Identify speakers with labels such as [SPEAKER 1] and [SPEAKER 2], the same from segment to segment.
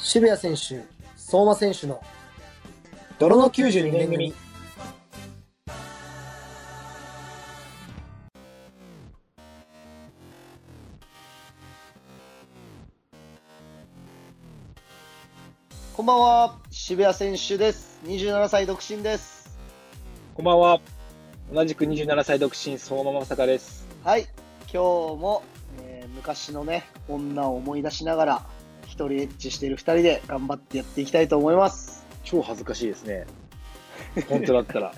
[SPEAKER 1] 渋谷選手、相馬選手の
[SPEAKER 2] 泥の92年組。
[SPEAKER 3] こんばんは、渋谷選手です。27歳独身です。
[SPEAKER 2] こんばんは。同じく27歳独身、相馬正孝です。
[SPEAKER 3] はい、今日も、えー昔のね、女を思い出しながら、一人エッチしている二人で頑張ってやっていきたいと思います。
[SPEAKER 2] 超恥ずかしいですね。本当だったら。よ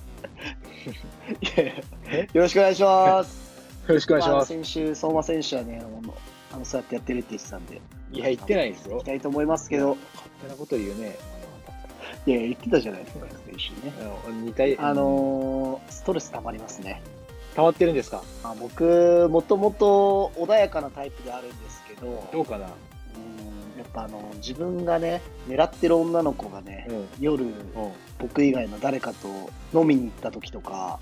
[SPEAKER 3] いやいやよろしくお願いします。
[SPEAKER 2] ろしくお願いします。
[SPEAKER 3] 先週、相馬選手はね、あの、あのそうやってやってるって言ってたんで、
[SPEAKER 2] いや、言ってないですよ。
[SPEAKER 3] 行き
[SPEAKER 2] 勝
[SPEAKER 3] たいと思いますけど、
[SPEAKER 2] 手なこと言うね。
[SPEAKER 3] いやいや、言ってたじゃないですか、先週ね。
[SPEAKER 2] あの、あの似たい、
[SPEAKER 3] あのーストレス溜まりますね。
[SPEAKER 2] 溜まってるんですか
[SPEAKER 3] まあ、僕、もともと穏やかなタイプであるんですけど、
[SPEAKER 2] どうかな
[SPEAKER 3] うんやっぱあの自分がね狙ってる女の子がね、
[SPEAKER 2] うん。うん。
[SPEAKER 3] 夜僕以外の誰かと飲みに行った時とか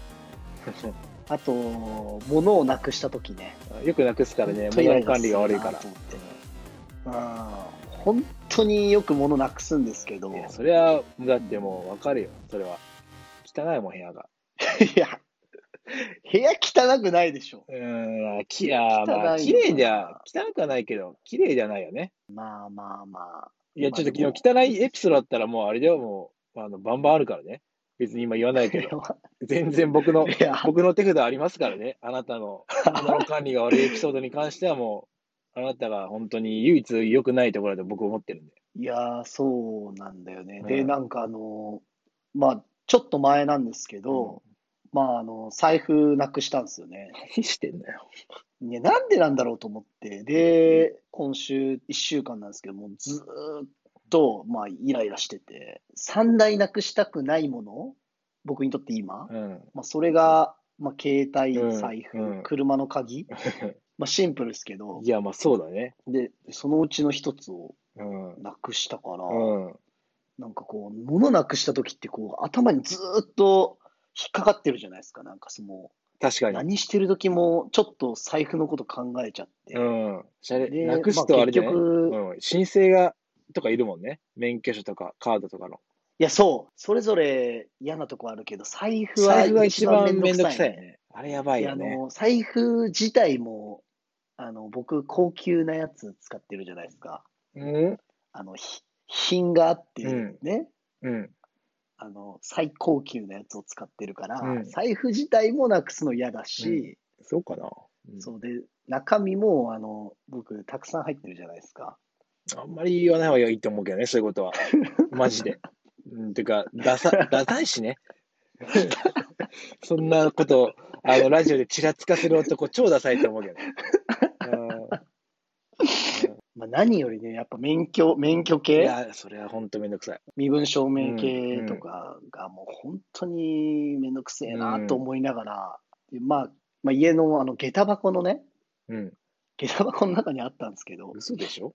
[SPEAKER 3] あと物をなくした時ね
[SPEAKER 2] よくなくすからね、物の管理が悪いから
[SPEAKER 3] と。思ってうん本当によく物なくすんですけど
[SPEAKER 2] い
[SPEAKER 3] いや
[SPEAKER 2] や、それは、だってもうわかるよ、それは。汚いもん、部屋が。
[SPEAKER 3] 部屋汚くないでしょ
[SPEAKER 2] うーん、き、あ
[SPEAKER 3] 汚いの
[SPEAKER 2] ーま
[SPEAKER 3] かな
[SPEAKER 2] あ、綺麗じゃ、汚くはないけど、綺麗じゃないよね。
[SPEAKER 3] まあまあまあ
[SPEAKER 2] いや、
[SPEAKER 3] まあ
[SPEAKER 2] ちょっ
[SPEAKER 3] でも
[SPEAKER 2] と昨日汚いエピソードだったらもうあれだよ、もう、あの、バンバンあるからね。別に今言わないけど、全然僕 の、
[SPEAKER 3] いや
[SPEAKER 2] 僕の手札ありますからね。あなたの、あの管理が悪いエピソードに関してはもう、あなたが本当に唯一良くないところだと僕思ってるんで。
[SPEAKER 3] いやーそうなんだよね。
[SPEAKER 2] う
[SPEAKER 3] で、
[SPEAKER 2] ん
[SPEAKER 3] なんかあのーまあ、ちょっと前なんですけど、まあ、あの、財布なくしたんですよね。
[SPEAKER 2] 何してんだよ。
[SPEAKER 3] ね、なんでなんだろうと思って、で、今週1週間なんですけど、もうずーっと、まあ、イライラしてて、3大なくしたくないもの、僕にとって今、
[SPEAKER 2] うん。
[SPEAKER 3] まあ、それが、まあ、携帯、
[SPEAKER 2] うん
[SPEAKER 3] 財布、
[SPEAKER 2] うん
[SPEAKER 3] 車の 鍵、まあ、シンプルですけど
[SPEAKER 2] い、や、まあそうだね。
[SPEAKER 3] で、そのうちの一つを
[SPEAKER 2] うん。
[SPEAKER 3] なくしたから、
[SPEAKER 2] うん。
[SPEAKER 3] なんかこう、物なくした時ってこう、頭にずーっと引っかかってるじゃないですか。なんかその、
[SPEAKER 2] 確かに。
[SPEAKER 3] 何してる時も、ちょっと財布のこと考えちゃって。
[SPEAKER 2] うん。しゃれ、
[SPEAKER 3] で
[SPEAKER 2] なくすとあれじゃない
[SPEAKER 3] まあ、結局、
[SPEAKER 2] うん。申請が、とかいるもんね。免許証とかカードとかの。
[SPEAKER 3] いや、そう、それぞれ嫌なとこあるけど、財布は
[SPEAKER 2] 財布が一番めんどくさい
[SPEAKER 3] よ
[SPEAKER 2] よね。あれやばい
[SPEAKER 3] いや
[SPEAKER 2] よ
[SPEAKER 3] あ
[SPEAKER 2] ね。
[SPEAKER 3] の、財布自体も、あの、僕、高級なやつ使ってるじゃないですか。
[SPEAKER 2] うん。
[SPEAKER 3] あの、ひ品があって、
[SPEAKER 2] うん
[SPEAKER 3] ね。
[SPEAKER 2] うん。
[SPEAKER 3] あの、最高級なやつを使ってるから、
[SPEAKER 2] うん
[SPEAKER 3] 財布自体もなくすの嫌だし、
[SPEAKER 2] うんそうかな。うん
[SPEAKER 3] そうで、中身も、あの、僕、たくさん入ってるじゃないですか。
[SPEAKER 2] あんまり言わない方がいいと思うけどね、そういうこと は。マジで。うん、てか、ダサ、ダサいしね。そんなこと、あの、ラジオでちらつかせる男、超ダサいと思うけど。
[SPEAKER 3] まあ、何よりね、やっぱ免許、免許
[SPEAKER 2] うんい
[SPEAKER 3] 系、
[SPEAKER 2] や、それは本当めんどくさい。
[SPEAKER 3] 身分証明系とかがもう本当にめんどくせえなと思いながら、でまあ、まあ、家のあの、下駄箱のね、
[SPEAKER 2] うん。
[SPEAKER 3] 下駄箱の中にあったんですけど、
[SPEAKER 2] 嘘でしょ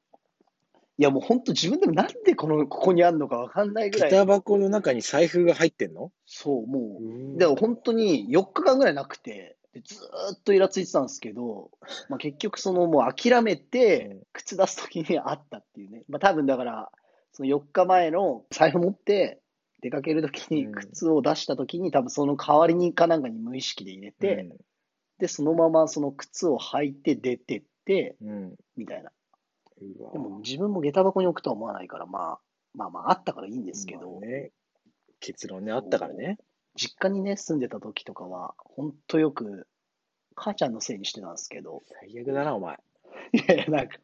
[SPEAKER 3] いやもう本当自分でもなんでこの、ここにあるのかわかんないぐら
[SPEAKER 2] 下駄
[SPEAKER 3] い、
[SPEAKER 2] 箱の中に財布が入ってんの
[SPEAKER 3] そう、もう、
[SPEAKER 2] うん
[SPEAKER 3] でも本当に4日間ぐらいなくて、でずーっとイラついてたんですけど、まあ、結局、そのもう諦め
[SPEAKER 2] う
[SPEAKER 3] て
[SPEAKER 2] ん、
[SPEAKER 3] 口出すときにあったっていうね、まあ多分だから、その4日前の財布持って、出かけるときに
[SPEAKER 2] うん
[SPEAKER 3] 靴を出したときに、多分その代わりにかなんかに無意識で入れて、で、そのままその靴を履いて出てって、
[SPEAKER 2] うん、うん。
[SPEAKER 3] みたいな。
[SPEAKER 2] うわ
[SPEAKER 3] でも自分も下駄箱に置くとは思わないから、まあ、まあまあ、あったからいいんですけ
[SPEAKER 2] ま
[SPEAKER 3] ど
[SPEAKER 2] あ、ね、結論ね、あったからね。
[SPEAKER 3] 実家にね、住んでた時とかは、ほんとよく、母ちゃんのせいにしてたんですけど、
[SPEAKER 2] 最悪だな、お前。
[SPEAKER 3] いやいや、なんか、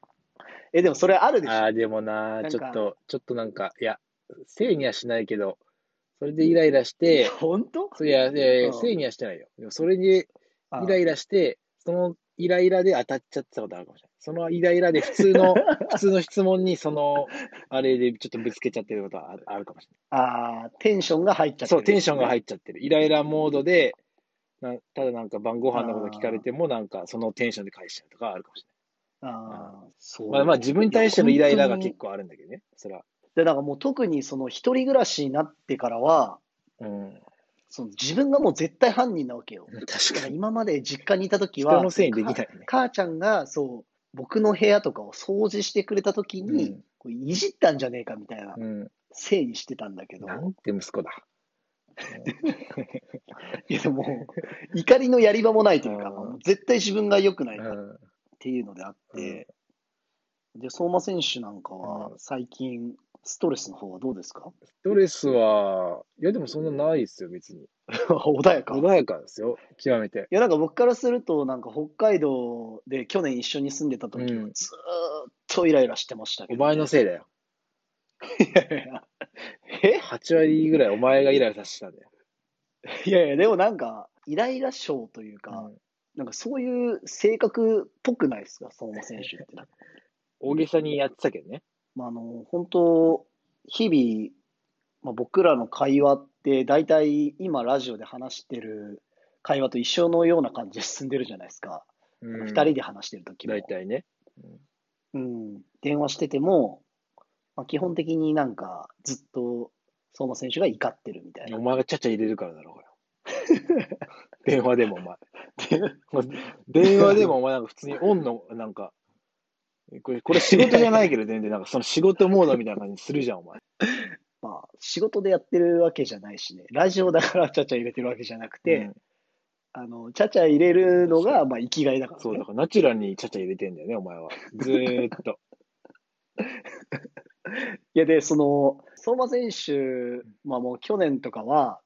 [SPEAKER 3] え、でもそれあるでし
[SPEAKER 2] あ
[SPEAKER 3] ょ。
[SPEAKER 2] あ、でも
[SPEAKER 3] な
[SPEAKER 2] なー、
[SPEAKER 3] ん
[SPEAKER 2] ち
[SPEAKER 3] か
[SPEAKER 2] ょっと、ちょっとなんか、いや、せいにはしないけど、それでイライラして、
[SPEAKER 3] 本当
[SPEAKER 2] そいや、いやいや
[SPEAKER 3] うん
[SPEAKER 2] せいにはしてないよ。でもそれでイライラして、そのイライラで当たっちゃってたことあるかもしれない。そのイライラで普 通の、普通の質問に、その、あれでちょっとぶつけちゃってることはああるかもしれ
[SPEAKER 3] ああ、テンションが入っちゃって
[SPEAKER 2] ない。
[SPEAKER 3] る、
[SPEAKER 2] そう、テンションが入
[SPEAKER 3] っ
[SPEAKER 2] っちゃってる。イライラモードで、なただなんか晩ご飯のこと聞かれても、なんかそのテンションで返しちゃうとかあるかもしれ
[SPEAKER 3] ああ、そう。
[SPEAKER 2] ない。まあまあ自分に対してのイライラが
[SPEAKER 3] いや
[SPEAKER 2] 結
[SPEAKER 3] 本
[SPEAKER 2] 構あるんだけどね、それは。
[SPEAKER 3] 当にで、なんかもう特にその一人暮らしになってからは、
[SPEAKER 2] うん。
[SPEAKER 3] その自分がもう絶対犯人なわけよ。だ
[SPEAKER 2] 確
[SPEAKER 3] か
[SPEAKER 2] からに。
[SPEAKER 3] 今まで実家にいた時は、
[SPEAKER 2] 人のせいにできないね。
[SPEAKER 3] 母ちゃんがそう僕の部屋とかを掃除してくれた時に、
[SPEAKER 2] うん
[SPEAKER 3] こういじったんじゃねえかみたいな、
[SPEAKER 2] うん。
[SPEAKER 3] せいにしてたんだけど、
[SPEAKER 2] なんて息子だ。
[SPEAKER 3] いやでも、怒りのやり場もないというか、
[SPEAKER 2] うん
[SPEAKER 3] もう絶対自分が良くないからっ
[SPEAKER 2] うん
[SPEAKER 3] ていうのであって、で、相馬選手なんかは
[SPEAKER 2] う
[SPEAKER 3] 最近、ストレスの方はどうですか
[SPEAKER 2] ストレスは、いやでもそんなないですよ、別に。
[SPEAKER 3] 穏やか。い
[SPEAKER 2] 穏やかですよ、極めて。
[SPEAKER 3] や、なんか僕からすると、なんか北海道で去年一緒に住んでた時は、ず
[SPEAKER 2] う
[SPEAKER 3] ーっ
[SPEAKER 2] ん
[SPEAKER 3] とイライラしてましたけ
[SPEAKER 2] お
[SPEAKER 3] ど、
[SPEAKER 2] 前のせいだよ。
[SPEAKER 3] いやい やえ
[SPEAKER 2] 8割ぐらいお前がイライラさせてたんだよ。
[SPEAKER 3] いやいや、でもなんか、イライラ症というか、
[SPEAKER 2] うん
[SPEAKER 3] なんかそういう性格っぽくないですか、相馬選手って。
[SPEAKER 2] 大げさにやってたけどね。
[SPEAKER 3] まあ、あの本当、日々、まあ、僕らの会話って、大体今、ラジオで話してる会話と一緒のような感じで進んでるじゃないですか、
[SPEAKER 2] 二
[SPEAKER 3] 二人で話してる時も
[SPEAKER 2] 大体ね。
[SPEAKER 3] うん、電話してても、まあ、基本的になんか、ずっと相馬選手が怒ってるみたいな
[SPEAKER 2] お、前がちゃちゃ入れるからだろう よ。電話でもお 前。電話でもお前なんか普通にオンのなんか、これこれ仕事じゃないけど全然、なんかその仕事モードみたいな感じするじゃん、お前。
[SPEAKER 3] まあ、仕事でやってるわけじゃないしね、ラジオだからちゃちゃ入れてるわけじゃなくて、
[SPEAKER 2] うん
[SPEAKER 3] あのちゃちゃ入れるのがまあ生きがいだから、ね。
[SPEAKER 2] そう、だからナチュラルにちゃちゃ入れてんだよね、お前は。ずーっと。
[SPEAKER 3] いや、で、その、相馬選手、まあもう去年とかは、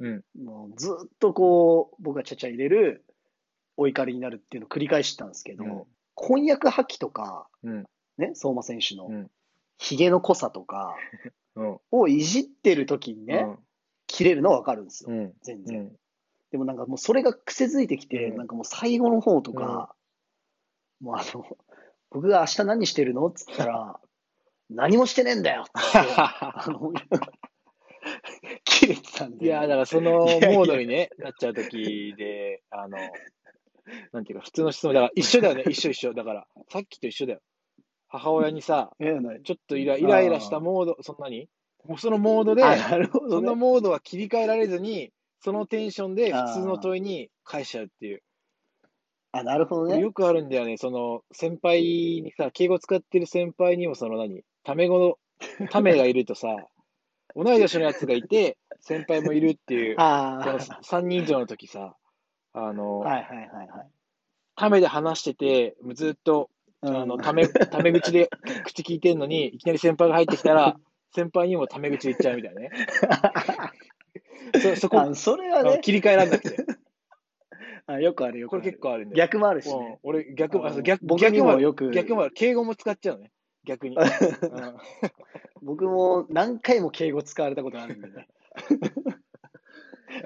[SPEAKER 2] うん。
[SPEAKER 3] もうずっとこう、僕がちゃちゃ入れる、お怒りになるっていうのを繰り返してたんですけど、
[SPEAKER 2] うん
[SPEAKER 3] 婚約破棄とか、
[SPEAKER 2] うん。
[SPEAKER 3] ね、相馬選手の
[SPEAKER 2] うん、
[SPEAKER 3] ひげの濃さとか
[SPEAKER 2] うん。
[SPEAKER 3] をいじってる時にね、切れるのはわかるんですよ、
[SPEAKER 2] うん。
[SPEAKER 3] 全
[SPEAKER 2] う
[SPEAKER 3] 然。
[SPEAKER 2] ん。
[SPEAKER 3] でもなんかもうそれが癖づいてきて、
[SPEAKER 2] うん
[SPEAKER 3] なんかもう最後の方とか、もうあの、 僕が明日何してるのっつったら、何もしてねえんだよ っつって、あの、切れてたんで。
[SPEAKER 2] いやーだからそのモードにね、なっちゃうときで、あの、なんていうか、普通の質問、だから一緒だよね、一緒一緒。だから、さっきと一緒だよ。母親にさ、
[SPEAKER 3] ええない
[SPEAKER 2] ちょっとイライライラしたモード、そんなにもうそのモードで、
[SPEAKER 3] あ、なるほ
[SPEAKER 2] そ
[SPEAKER 3] ど、
[SPEAKER 2] の
[SPEAKER 3] ね。
[SPEAKER 2] モードは切り替えられずに、そのテンションで普通の問いに返しちゃうっていう。
[SPEAKER 3] あ、なるほどね。
[SPEAKER 2] よくあるんだよね、その先輩にさ、敬語使ってる先輩にも、その何、タメ語の、タメがい るとさ、同い年のやつがいて、先輩もいるっていう。
[SPEAKER 3] ああ、
[SPEAKER 2] その3人以上の時さ、あの、
[SPEAKER 3] はいはいはいはい。
[SPEAKER 2] ためで話してて、ずっと、あ
[SPEAKER 3] うん
[SPEAKER 2] の、ため、ため口で 口聞いてんのに、いきなり先輩が入ってきたら、先輩にもため口言っちゃうみたいなね。 そ、そこ、
[SPEAKER 3] あそれは
[SPEAKER 2] あの
[SPEAKER 3] ね
[SPEAKER 2] 切り替えらんなくて。
[SPEAKER 3] あ、よくあるよく
[SPEAKER 2] こ
[SPEAKER 3] あ
[SPEAKER 2] れ
[SPEAKER 3] る。
[SPEAKER 2] 結構あるんだよ。
[SPEAKER 3] 逆もあるし
[SPEAKER 2] うん
[SPEAKER 3] ね。
[SPEAKER 2] 俺、逆も、
[SPEAKER 3] あ
[SPEAKER 2] あ
[SPEAKER 3] の
[SPEAKER 2] そう逆、
[SPEAKER 3] 僕に
[SPEAKER 2] 逆もあ
[SPEAKER 3] も
[SPEAKER 2] る、
[SPEAKER 3] よく、
[SPEAKER 2] 逆もある。敬語も使っちゃうのね。逆に。うん
[SPEAKER 3] 僕も何回も敬語使われたことあるんで ね。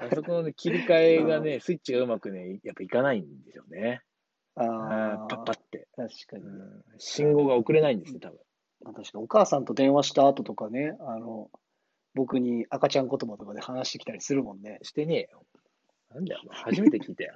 [SPEAKER 2] あそこのね、切り替えがね、スイッチがうまくね、やっぱいかないんでしょうね。
[SPEAKER 3] あ
[SPEAKER 2] うん
[SPEAKER 3] あ、
[SPEAKER 2] パッパって。
[SPEAKER 3] 確かに
[SPEAKER 2] う
[SPEAKER 3] ね。
[SPEAKER 2] ん信号が遅れないんですね、多分。
[SPEAKER 3] まあ確かにお母さんと電話した後とかね、あの、僕に赤ちゃん言葉とかで話してきたりするもんね。
[SPEAKER 2] してねえよ。なんだよ、お前初めて聞いたよ。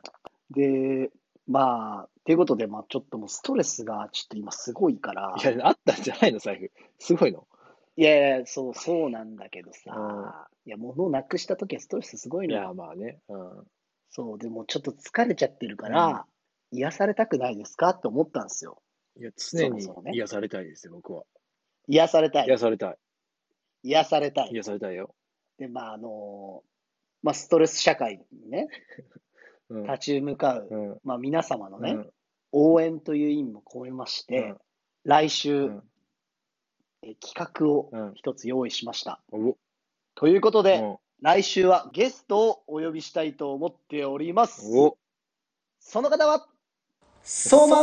[SPEAKER 3] で、まあ、ということで、まあ、ちょっともうストレスがちょっと今すごいから、
[SPEAKER 2] いや、あったんじゃないの、財布。すごいの。
[SPEAKER 3] いやいや、そう、そうなんだけど
[SPEAKER 2] うん
[SPEAKER 3] さ、いや、物をなくした時はストレスすごい
[SPEAKER 2] い
[SPEAKER 3] のよ。
[SPEAKER 2] や、まあね。うん。
[SPEAKER 3] そう、でもちょっと疲れちゃってるから、癒されたくないですかって思ったんですよ。
[SPEAKER 2] いや、常に
[SPEAKER 3] そもそもね
[SPEAKER 2] 癒されたいですよ、僕は。
[SPEAKER 3] 癒されたい
[SPEAKER 2] 癒。されたい。
[SPEAKER 3] 癒されたい。
[SPEAKER 2] 癒されたいよ。
[SPEAKER 3] で、まあ、あのまあ、ストレス社会にね、
[SPEAKER 2] うん。
[SPEAKER 3] 立ち向かう、
[SPEAKER 2] うん。
[SPEAKER 3] まあ、皆様のね、
[SPEAKER 2] うん
[SPEAKER 3] 応援という意味も込めまして、
[SPEAKER 2] うん
[SPEAKER 3] 来週、
[SPEAKER 2] うん
[SPEAKER 3] え企画を
[SPEAKER 2] うん
[SPEAKER 3] 一つ用意しました。
[SPEAKER 2] おお
[SPEAKER 3] ということで、
[SPEAKER 2] お
[SPEAKER 3] 来週はゲストをお呼びしたいと思っております。
[SPEAKER 2] お
[SPEAKER 3] その方は、
[SPEAKER 1] 相馬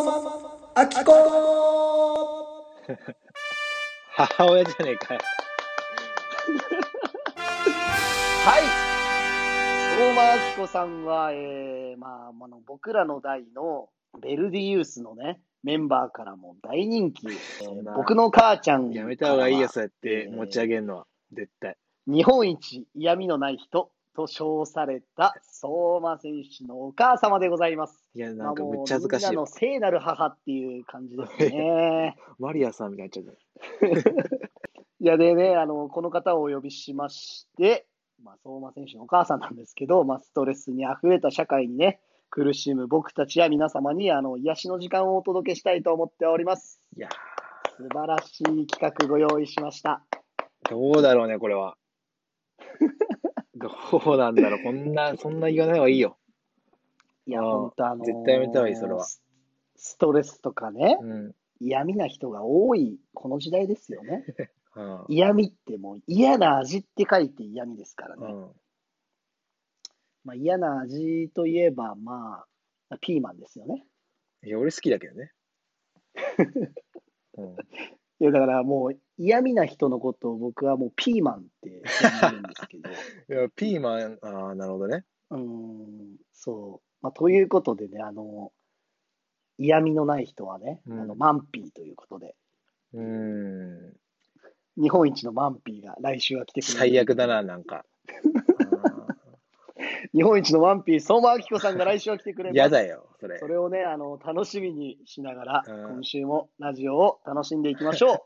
[SPEAKER 1] あきこ
[SPEAKER 2] 母親じゃねえかよ。
[SPEAKER 3] はい相馬明子さんは、えーまあ、あの僕らの代のベルディユースのね、メンバーからも大人気。
[SPEAKER 2] そんな
[SPEAKER 3] 僕の母ちゃん
[SPEAKER 2] やめた方がいいやつ
[SPEAKER 3] からは
[SPEAKER 2] やって持ち上げるのは、絶対。
[SPEAKER 3] 日本一嫌味のない人と称された相馬選手のお母様でございます。
[SPEAKER 2] いや、
[SPEAKER 3] ま
[SPEAKER 2] な
[SPEAKER 3] あ
[SPEAKER 2] んか
[SPEAKER 3] もう
[SPEAKER 2] めっちゃ恥ずか
[SPEAKER 3] み
[SPEAKER 2] しい
[SPEAKER 3] んな
[SPEAKER 2] よ。
[SPEAKER 3] の聖なる母っていう感じですね。
[SPEAKER 2] マリアさんみたいになっちゃうじゃん。
[SPEAKER 3] いやでね、あの、この方をお呼びしまして、まあ、相馬選手のお母さんなんですけど、まあ、ストレスにあふれた社会にね、苦しむ僕たちや皆様に、あの、癒しの時間をお届けしたいと思っております。
[SPEAKER 2] いや
[SPEAKER 3] 素晴らしい企画ご用意しました。
[SPEAKER 2] どうだろうね、これは。 どうなんだろう。こんな、そんな言わない方がいいよ。
[SPEAKER 3] いや、
[SPEAKER 2] あー
[SPEAKER 3] 本当あのー
[SPEAKER 2] 絶対やめた方がいいそれは
[SPEAKER 3] スストレスとかね、
[SPEAKER 2] うん。
[SPEAKER 3] 嫌味な人が多い、この時代ですよね。
[SPEAKER 2] うん。
[SPEAKER 3] 嫌味ってもう嫌な味って書いて嫌味ですからね。
[SPEAKER 2] うん、
[SPEAKER 3] まあ、嫌な味といえば、まあ、ピーマンですよね。
[SPEAKER 2] いや、俺好きだけど ね。うん、
[SPEAKER 3] いや、だからもう嫌味な人のことを僕はもうピーマンって呼んでるんですけど。
[SPEAKER 2] いや、ピーマン、ああ、なるほどね。
[SPEAKER 3] うーん、そう。まあ、ということでね、あの、嫌味のない人はね、
[SPEAKER 2] うん
[SPEAKER 3] あのマンピーということで、
[SPEAKER 2] うん。
[SPEAKER 3] 日本一のマンピーが来週は来てくれる。
[SPEAKER 2] 最悪だ。な、なん か。
[SPEAKER 3] 日本一のマンピー、相馬明子さんが来週は来てくれま
[SPEAKER 2] うん
[SPEAKER 3] す。
[SPEAKER 2] 嫌だよ、それ。
[SPEAKER 3] それをね、あの、楽しみにしながら、
[SPEAKER 2] うん
[SPEAKER 3] 今週もラジオを楽しんでいきまし ょう。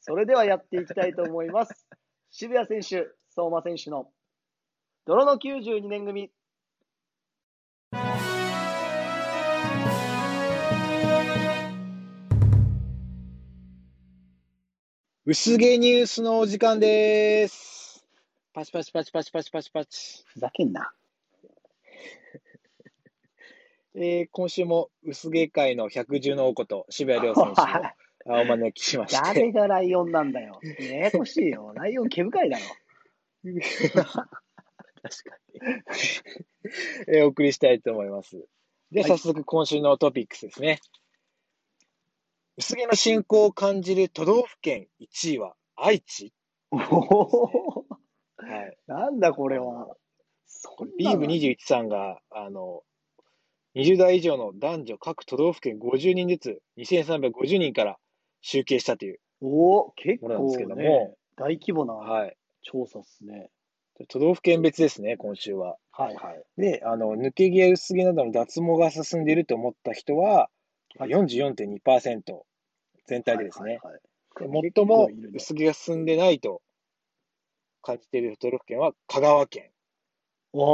[SPEAKER 3] それではやっていきたいと思います。渋谷選手、相馬選手の泥の92年組。
[SPEAKER 2] 薄毛ニュースのお時間です。パチパチパチパチパチパチパチ。
[SPEAKER 3] ふざけんな。
[SPEAKER 2] えー、今週も薄毛界の百獣の王こと渋谷亮選手を あお招きしまして。
[SPEAKER 3] 誰がライオンなんだよ。ややこしい よ。ライオン毛深いだろ。
[SPEAKER 2] 確かに。えーお送りしたいと思います。で、
[SPEAKER 3] はい
[SPEAKER 2] 早速今週のトピックスですね。薄毛の進行を感じる都道府県1位は愛知。
[SPEAKER 3] おお、
[SPEAKER 2] はい。
[SPEAKER 3] なんだこれは。そん
[SPEAKER 2] リ
[SPEAKER 3] な
[SPEAKER 2] ー
[SPEAKER 3] の
[SPEAKER 2] ブ21さんが、あの、20代以上の男女各都道府県50人ずつ、2350人から集計したという、
[SPEAKER 3] おお、結
[SPEAKER 2] ものなんですけ
[SPEAKER 3] 構
[SPEAKER 2] ど
[SPEAKER 3] ね
[SPEAKER 2] も、
[SPEAKER 3] 大規模な
[SPEAKER 2] はい。
[SPEAKER 3] 調査っすね。
[SPEAKER 2] 都道府県別ですね、今週は。
[SPEAKER 3] はいはい。
[SPEAKER 2] で、あの、抜け毛や薄毛などの脱毛が進んでいると思った人は、
[SPEAKER 3] はい
[SPEAKER 2] 44.2%全体でですね。
[SPEAKER 3] はいはい
[SPEAKER 2] で
[SPEAKER 3] はい
[SPEAKER 2] 最
[SPEAKER 3] 結
[SPEAKER 2] も
[SPEAKER 3] 構いるね
[SPEAKER 2] 薄毛が進んでないと感じている都道府県は香川県、2位が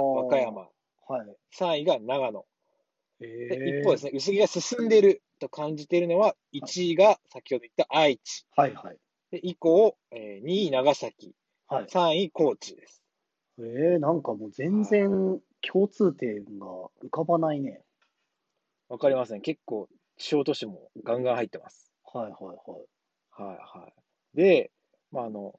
[SPEAKER 2] 和歌。山、
[SPEAKER 3] はい。
[SPEAKER 2] 3位が長野。で
[SPEAKER 3] え
[SPEAKER 2] 一方ですね、薄毛が進んでいると感じているのは、1位が先ほど言った愛知、
[SPEAKER 3] はいはい。
[SPEAKER 2] で以降、えー2位長崎、
[SPEAKER 3] はい。
[SPEAKER 2] 3位高知です。
[SPEAKER 3] えー、なんかもう全然共通点が浮かばないね。
[SPEAKER 2] わかりますね。結構、小都市もガンガン入ってます。
[SPEAKER 3] はいはいはい。
[SPEAKER 2] はいはい。で、まあ、あの、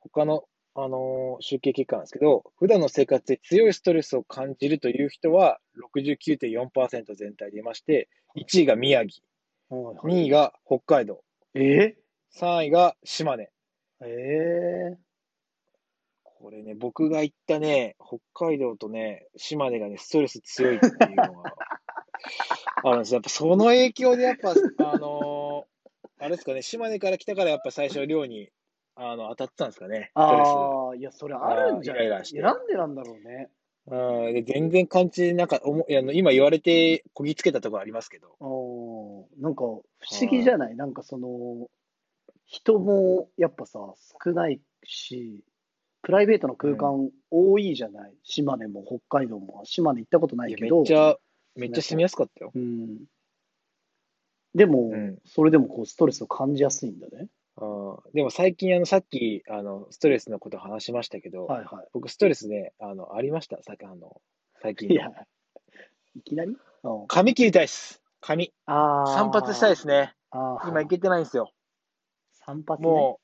[SPEAKER 2] 他の、あのー集計結果なんですけど、普段の生活で強いストレスを感じるという人は69.4%全体でいまして、1位が宮城、
[SPEAKER 3] はいはい、
[SPEAKER 2] 2位が北海道、
[SPEAKER 3] え
[SPEAKER 2] 3位が島根。
[SPEAKER 3] ー、えー、
[SPEAKER 2] これね、僕が行ったね、北海道とね、島根がね、ストレス強いっていう のがあるんですよ。やっぱその影響で、やっぱ、あのーあれですかね、島根から来たから、やっぱ最初、寮にあの当たってたんですかね、ストレス。
[SPEAKER 3] ああ、いや、それあるんじゃない
[SPEAKER 2] あーイライラして
[SPEAKER 3] いやなんでなんだろうね。
[SPEAKER 2] うん、で全然感じ、なんかおもいやあの、今言われて、こぎつけたところありますけど。
[SPEAKER 3] おなんか不思議じゃないなんかその人もやっぱさ少ないしプライベートの空間多いじゃない、島根も北海道も島根行ったことない
[SPEAKER 2] いや
[SPEAKER 3] け
[SPEAKER 2] め
[SPEAKER 3] ど
[SPEAKER 2] っちゃ、めっちゃ住みやすかったよ。
[SPEAKER 3] うん、でも、
[SPEAKER 2] うん
[SPEAKER 3] それでもこうストレスを感じやすいんだね
[SPEAKER 2] うん、でも最近、あの、さっき、あの、ストレスのこと話しましたけど、
[SPEAKER 3] はいは
[SPEAKER 2] 僕、ストレスね、あの、ありました、さあの、最
[SPEAKER 3] い
[SPEAKER 2] 近
[SPEAKER 3] い
[SPEAKER 2] の。
[SPEAKER 3] やいきなり、うん、
[SPEAKER 2] 髪切りたいっす。髪。
[SPEAKER 3] あー
[SPEAKER 2] 散髪したいですね。
[SPEAKER 3] あー
[SPEAKER 2] 今、いけてないんですよ。
[SPEAKER 3] 散髪ね
[SPEAKER 2] も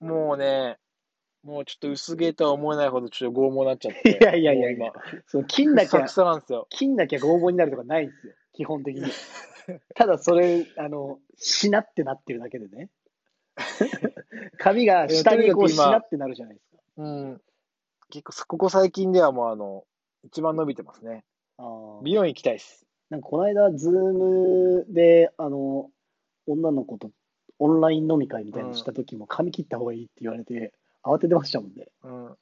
[SPEAKER 2] う、もうね、もうちょっと薄毛とは思えないほど、ちょっと剛毛になっちゃっ
[SPEAKER 3] い
[SPEAKER 2] て。
[SPEAKER 3] やいやいやい
[SPEAKER 2] もう
[SPEAKER 3] やその金
[SPEAKER 2] 今、
[SPEAKER 3] だ
[SPEAKER 2] ふさ
[SPEAKER 3] け
[SPEAKER 2] ふさなんですよ。
[SPEAKER 3] 金だけが応募になるとかないんですよ、基本 的に。ただそれ、あの、しなってなってるだけで ね。髪が下にこう
[SPEAKER 2] いやとに
[SPEAKER 3] し
[SPEAKER 2] かく今
[SPEAKER 3] なってなるじゃないですか。
[SPEAKER 2] うん。結構そ、ここ最近ではもうあの、一番伸びてますね。
[SPEAKER 3] あー
[SPEAKER 2] 美容院行きたいっす。
[SPEAKER 3] なんかこの間、ズームで、あの、女の子とオンライン飲み会みたいにした時も、髪切った方がいいって言われて、慌ててましたもんね。
[SPEAKER 2] うん。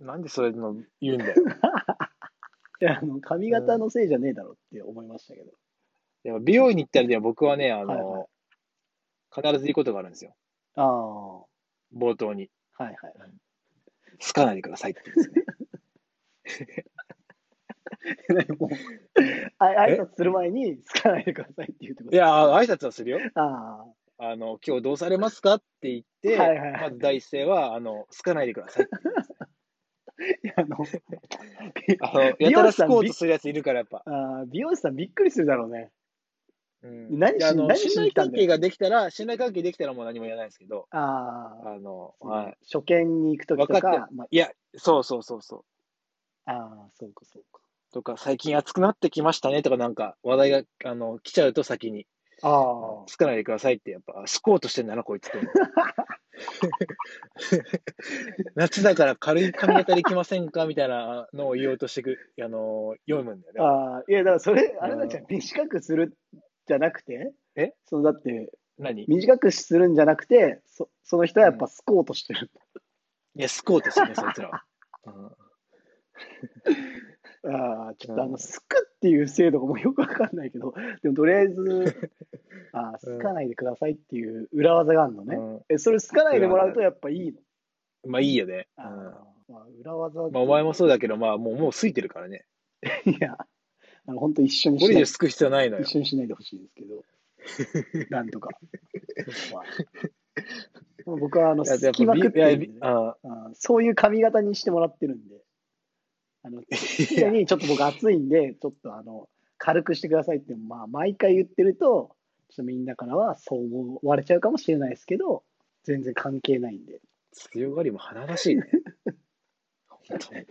[SPEAKER 2] なんでそれの言うんだよ。
[SPEAKER 3] いやあの髪型のせいじゃねえだろって思いましたけど。
[SPEAKER 2] でも美容院に行ったらね、僕はね、あの、
[SPEAKER 3] はいは
[SPEAKER 2] 必ずいいことがあるんですよ。
[SPEAKER 3] ああ、は
[SPEAKER 2] 冒頭に。
[SPEAKER 3] いはい。
[SPEAKER 2] 好かないでくださいって言うんですよ ね。
[SPEAKER 3] あ挨拶する前に、つかないでくださいって言うってこと
[SPEAKER 2] いやー、挨拶はするよ。
[SPEAKER 3] あ
[SPEAKER 2] あの、今日どうされますかって言って、
[SPEAKER 3] はいはいはい
[SPEAKER 2] まず第一声は、あの、好かないでくださいって。
[SPEAKER 3] ーいやあ の、
[SPEAKER 2] あの、や
[SPEAKER 3] 美
[SPEAKER 2] た
[SPEAKER 3] 容
[SPEAKER 2] ら
[SPEAKER 3] 師さ
[SPEAKER 2] ス
[SPEAKER 3] ん
[SPEAKER 2] コートするやついるから、やっぱ。
[SPEAKER 3] あー美容師さんびっくりするだろうね。
[SPEAKER 2] うん
[SPEAKER 3] 何し
[SPEAKER 2] いやあの
[SPEAKER 3] 何し
[SPEAKER 2] 信
[SPEAKER 3] に来
[SPEAKER 2] 頼
[SPEAKER 3] たん
[SPEAKER 2] 関
[SPEAKER 3] だよ
[SPEAKER 2] 係ができたら、信頼関係できたらもう何も言わないんですけど、
[SPEAKER 3] あ
[SPEAKER 2] あの、
[SPEAKER 3] あ、
[SPEAKER 2] はい。
[SPEAKER 3] 初見に行くときと
[SPEAKER 2] 分か
[SPEAKER 3] か、ま
[SPEAKER 2] いや、そうそうそうそう。
[SPEAKER 3] あ、あーそうかそうか。
[SPEAKER 2] とか、最近暑くなってきましたねとか、なんか話題が、あの、来ちゃうと先に、
[SPEAKER 3] あ
[SPEAKER 2] つかないでくださいって、やっぱ、スコートしてんだな、こいつと思 う。夏だから軽い髪型できませんかみたいなのを言おうとしてく、あの、読むんだよね
[SPEAKER 3] あ。。ああ、いや、だからそれ、あれだじゃん、短くするじゃなくて、
[SPEAKER 2] え
[SPEAKER 3] そのだって、
[SPEAKER 2] 何い
[SPEAKER 3] 短くするんじゃなくて、そその人はやっぱスコートしてる。
[SPEAKER 2] や、スコートしてね、そいつ らは。うん
[SPEAKER 3] ああ、ちょっとあ
[SPEAKER 2] う
[SPEAKER 3] の、
[SPEAKER 2] ん
[SPEAKER 3] すくっていう制度がもうよくわかんないけど、 でもとりあえ ず、ああ、すかないでくださいっていう裏技があるのね。
[SPEAKER 2] う
[SPEAKER 3] え、それすかないでもらうとやっぱいいの。
[SPEAKER 2] んまあいいよね。う
[SPEAKER 3] ああ
[SPEAKER 2] ん
[SPEAKER 3] まあ、裏技
[SPEAKER 2] まあ、お前もそうだけど、まあ、もう、もう過ぎてるからね。
[SPEAKER 3] いや、あの、本当一緒に
[SPEAKER 2] こ
[SPEAKER 3] し
[SPEAKER 2] れ
[SPEAKER 3] ない
[SPEAKER 2] で、すく必要ないのよ。
[SPEAKER 3] 一緒にしないでほしいんですけど、 なんとか。そこはもう僕は、あの、
[SPEAKER 2] いや、や
[SPEAKER 3] 好
[SPEAKER 2] っぱ
[SPEAKER 3] きまくっ
[SPEAKER 2] び、い
[SPEAKER 3] て
[SPEAKER 2] や
[SPEAKER 3] るんで
[SPEAKER 2] び
[SPEAKER 3] ね、
[SPEAKER 2] あ
[SPEAKER 3] あそういう髪型にしてもらってるんで、あの、
[SPEAKER 2] ーい
[SPEAKER 3] 常
[SPEAKER 2] や
[SPEAKER 3] にちょっと僕暑いんで、ちょっとあの、軽くしてくださいって、まあ、毎回言ってると、ちょっとみんなからはそう思われちゃうかもしれないですけど、全然関係ないんで。
[SPEAKER 2] 強がりも華々しいね。本当に。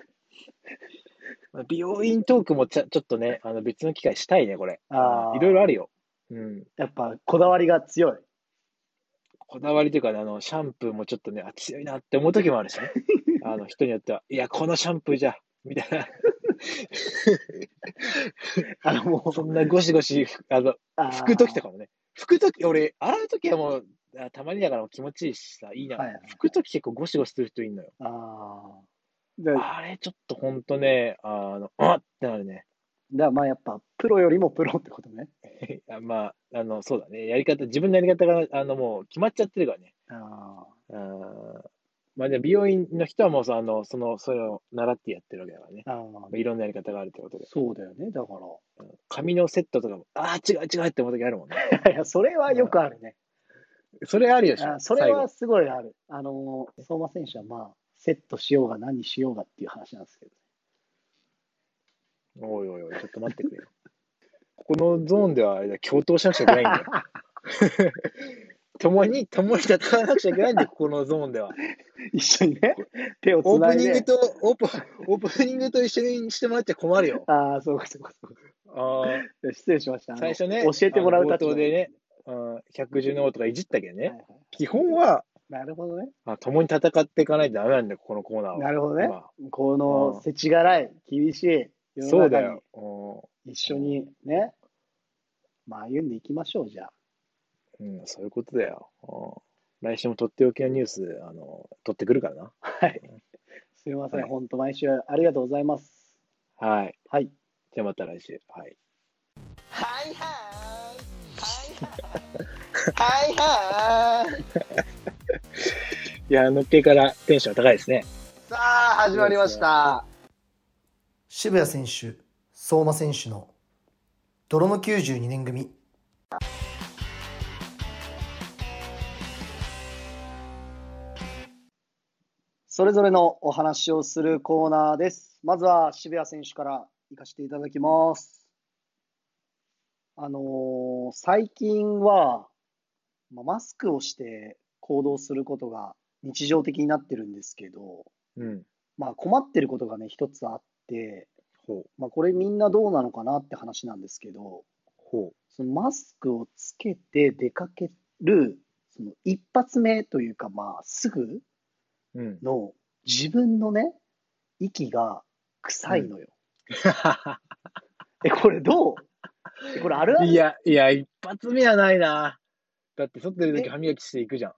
[SPEAKER 2] まあ美容院トークもちゃちょっとね、あの別の機会したいね、これ。
[SPEAKER 3] あー
[SPEAKER 2] いろいろあるよ。うん。
[SPEAKER 3] やっぱ、こだわりが強い。
[SPEAKER 2] こだわりというかね、あの、シャンプーもちょっとね、あ、強いなって思う時もある しね。あの、人によっては、いや、このシャンプーじゃ、みたいな。
[SPEAKER 3] あの、も
[SPEAKER 2] そん
[SPEAKER 3] う、
[SPEAKER 2] なゴシゴシ、あの、
[SPEAKER 3] あー
[SPEAKER 2] 拭く時とかもね。拭く時、俺、洗う時はもう、あたまにだから気持ちいいしさ、いいな。
[SPEAKER 3] はいはい
[SPEAKER 2] 拭く時結構ゴシゴシする人いるのよ。
[SPEAKER 3] ああ。だだか
[SPEAKER 2] あれ、ちょっとほんとね、あの、あっってなるね。
[SPEAKER 3] らまあやっぱ、プロよりもプロってことね。
[SPEAKER 2] あまあ、あの、そうだね。やり方、自分のやり方が、あの、もう決まっちゃってるからね。
[SPEAKER 3] ああ。
[SPEAKER 2] あーまあ、でも美容院の人はもうさ、あの、その、それを習ってやってるわけだからね。
[SPEAKER 3] ああ
[SPEAKER 2] まあ、いろんなやり方があるってことで。
[SPEAKER 3] そうだよね、だから。
[SPEAKER 2] 髪のセットとかも、ああ、違う違うって思う時あるもんね。
[SPEAKER 3] いや、それはよくあるね。
[SPEAKER 2] それあるよしょ
[SPEAKER 3] あそれはすごいある。あの、相馬選手はまあ、セットしようが何しようがっていう話なんですけど。
[SPEAKER 2] 最後おいおいおい、ちょっと待ってくれよ。ここのゾーンでは、あれだ、共闘しなくちゃいけないんだよ。 共に、共に戦わなくちゃいけないんだよ、ここのゾーン では。
[SPEAKER 3] 一緒にね、手を
[SPEAKER 2] オ
[SPEAKER 3] つ
[SPEAKER 2] ー
[SPEAKER 3] な
[SPEAKER 2] プ
[SPEAKER 3] い
[SPEAKER 2] ニング
[SPEAKER 3] で。
[SPEAKER 2] と、オープオープニングと一緒にしてもらっちゃ困るよ。
[SPEAKER 3] ああ、そうかそうかそうか。
[SPEAKER 2] ああ。
[SPEAKER 3] 失礼しました。あの
[SPEAKER 2] 最初ね
[SPEAKER 3] 教えてもらう
[SPEAKER 2] あの
[SPEAKER 3] 立場
[SPEAKER 2] 冒頭でね。うん百獣の王とかいじったけど
[SPEAKER 3] はいは
[SPEAKER 2] ね、
[SPEAKER 3] い
[SPEAKER 2] 基本は、
[SPEAKER 3] なるほどね。
[SPEAKER 2] あ、共に戦っていかないとダメなんだよ、ここのコーナーは。
[SPEAKER 3] なるほどね
[SPEAKER 2] ま。
[SPEAKER 3] こ
[SPEAKER 2] うん
[SPEAKER 3] の、せちがらい、厳しい、
[SPEAKER 2] あ
[SPEAKER 3] 世の
[SPEAKER 2] そうだ
[SPEAKER 3] 中に
[SPEAKER 2] よ。う
[SPEAKER 3] 一緒にね、まあ、歩んでいきましょう、じゃあ。
[SPEAKER 2] ん、うんそういうことだよ。うん来週もとっておきのニュース、あの、取ってくるからな。
[SPEAKER 3] はい。すみません、
[SPEAKER 2] はい
[SPEAKER 3] 本当毎週ありがとうございます。
[SPEAKER 2] はい。
[SPEAKER 3] はい。
[SPEAKER 2] じゃあまた来週。はい。
[SPEAKER 1] はい はい。はいはい。
[SPEAKER 2] いや、のっけからテンション高いですね。
[SPEAKER 1] さあ、始まりました。
[SPEAKER 4] 渋谷選手、相馬選手の泥の92年組。
[SPEAKER 3] それぞれのお話をするコーナーです。まずは渋谷選手から行かせていただきます。あのー最近は、まあ、マスクをして行動することが日常的になってるんですけど、
[SPEAKER 2] うん。
[SPEAKER 3] まあ、困ってることがね、一つあって、
[SPEAKER 2] ほう、
[SPEAKER 3] まあ、これみんなどうなのかなって話なんですけど、
[SPEAKER 2] ほ
[SPEAKER 3] そのマスクをつけて出かける、その一発目というか、まあ、すぐ
[SPEAKER 2] う。 うん。
[SPEAKER 3] の自分のね、息が臭いのよ。え、これどうえ、これあるある
[SPEAKER 2] いや、いや、一発目はないな。だって、外出るとき歯磨きしていくじゃん。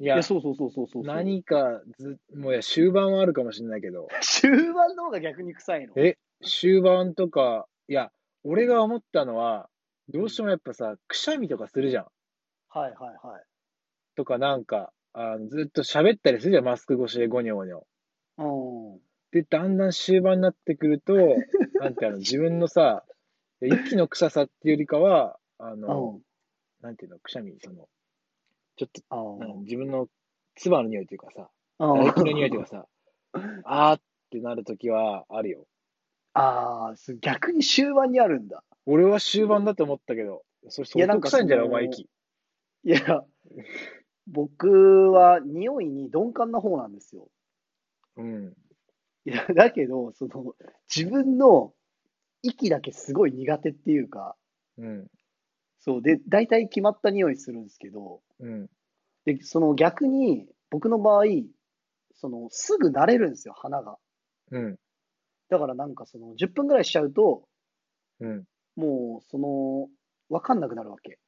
[SPEAKER 2] い
[SPEAKER 3] い
[SPEAKER 2] や
[SPEAKER 3] や、、そうそうそうそうそう。
[SPEAKER 2] 何かず、もういや、終盤はあるかもしれないけど、
[SPEAKER 3] 終盤の方が逆に臭いの。
[SPEAKER 2] え終盤とか、いや、俺が思ったのは、どうしてもやっぱさ、くしゃみとかするじゃん。
[SPEAKER 3] はいはいはい。
[SPEAKER 2] とか、なんか、あのずっと喋ったりするじゃん、マスク越しでゴニョゴニョ。
[SPEAKER 3] うん。
[SPEAKER 2] で、だんだん終盤になってくる と、なんてあの、自分のさ、息の臭さっていうよりかは、あの、なんていうの、くしゃみ、その、ちょっと、
[SPEAKER 3] う
[SPEAKER 2] なん
[SPEAKER 3] ん。
[SPEAKER 2] 自分の唾の匂いというかさ、
[SPEAKER 3] あ
[SPEAKER 2] 唾液の匂いというかさ、あーってなるときはあるよ。
[SPEAKER 3] あー、す逆に終盤にあるんだ。
[SPEAKER 2] 俺は終盤だと思ったけど、それ
[SPEAKER 3] いや
[SPEAKER 2] 相
[SPEAKER 3] な
[SPEAKER 2] 当
[SPEAKER 3] んか
[SPEAKER 2] 臭いんじゃない
[SPEAKER 3] そ
[SPEAKER 2] お
[SPEAKER 3] の
[SPEAKER 2] 前息。
[SPEAKER 3] いや、僕は匂いに鈍感な方なんですよ。
[SPEAKER 2] うん。
[SPEAKER 3] いや、だけど、その、自分の息だけすごい苦手っていうか、
[SPEAKER 2] うん。
[SPEAKER 3] そう、で、大体決まった匂いするんですけど、
[SPEAKER 2] うん。
[SPEAKER 3] で、その逆に、僕の場合、その、すぐ慣れるんですよ、鼻が。
[SPEAKER 2] うん。
[SPEAKER 3] だからなんかその、10分ぐらいしちゃうと、
[SPEAKER 2] うん。
[SPEAKER 3] もう、その、わかんなくなるわけ。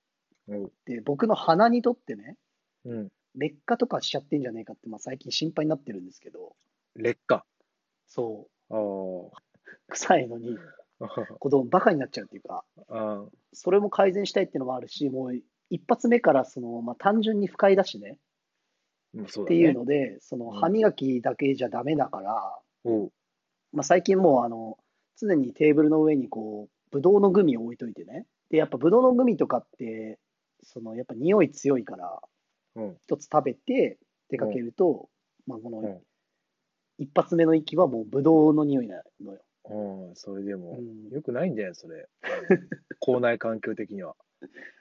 [SPEAKER 2] うん
[SPEAKER 3] で、僕の鼻にとってね、
[SPEAKER 2] うん。
[SPEAKER 3] 劣化とかしちゃってんじゃねえかって、まあ最近心配になってるんですけど、
[SPEAKER 2] 劣化。
[SPEAKER 3] そ
[SPEAKER 2] あー
[SPEAKER 3] う、臭いのに、
[SPEAKER 2] あー。
[SPEAKER 3] 子供バカになっちゃうっていうか、
[SPEAKER 2] あー
[SPEAKER 3] それも改善したいっていうのもあるし、もう一発目からその、まあ、単純に不快だしね、
[SPEAKER 2] まあ、そう
[SPEAKER 3] っ
[SPEAKER 2] だ
[SPEAKER 3] て
[SPEAKER 2] ね。
[SPEAKER 3] いうので、その
[SPEAKER 2] うん
[SPEAKER 3] 歯磨きだけじゃダメだから、
[SPEAKER 2] おう。
[SPEAKER 3] まあ、最近もうあの常にテーブルの上にこう、ブドウのグミを置いといてね、で、やっぱブドウのグミとかって、そのやっぱ匂い強いから、
[SPEAKER 2] うん。
[SPEAKER 3] 一つ食べて出かけると、まあ、こ
[SPEAKER 2] うん
[SPEAKER 3] の一発目の息はもうブドウの匂いなのよ。
[SPEAKER 2] うん。それでも
[SPEAKER 3] う、ん
[SPEAKER 2] よくないんじゃないそれ。校内環境的には。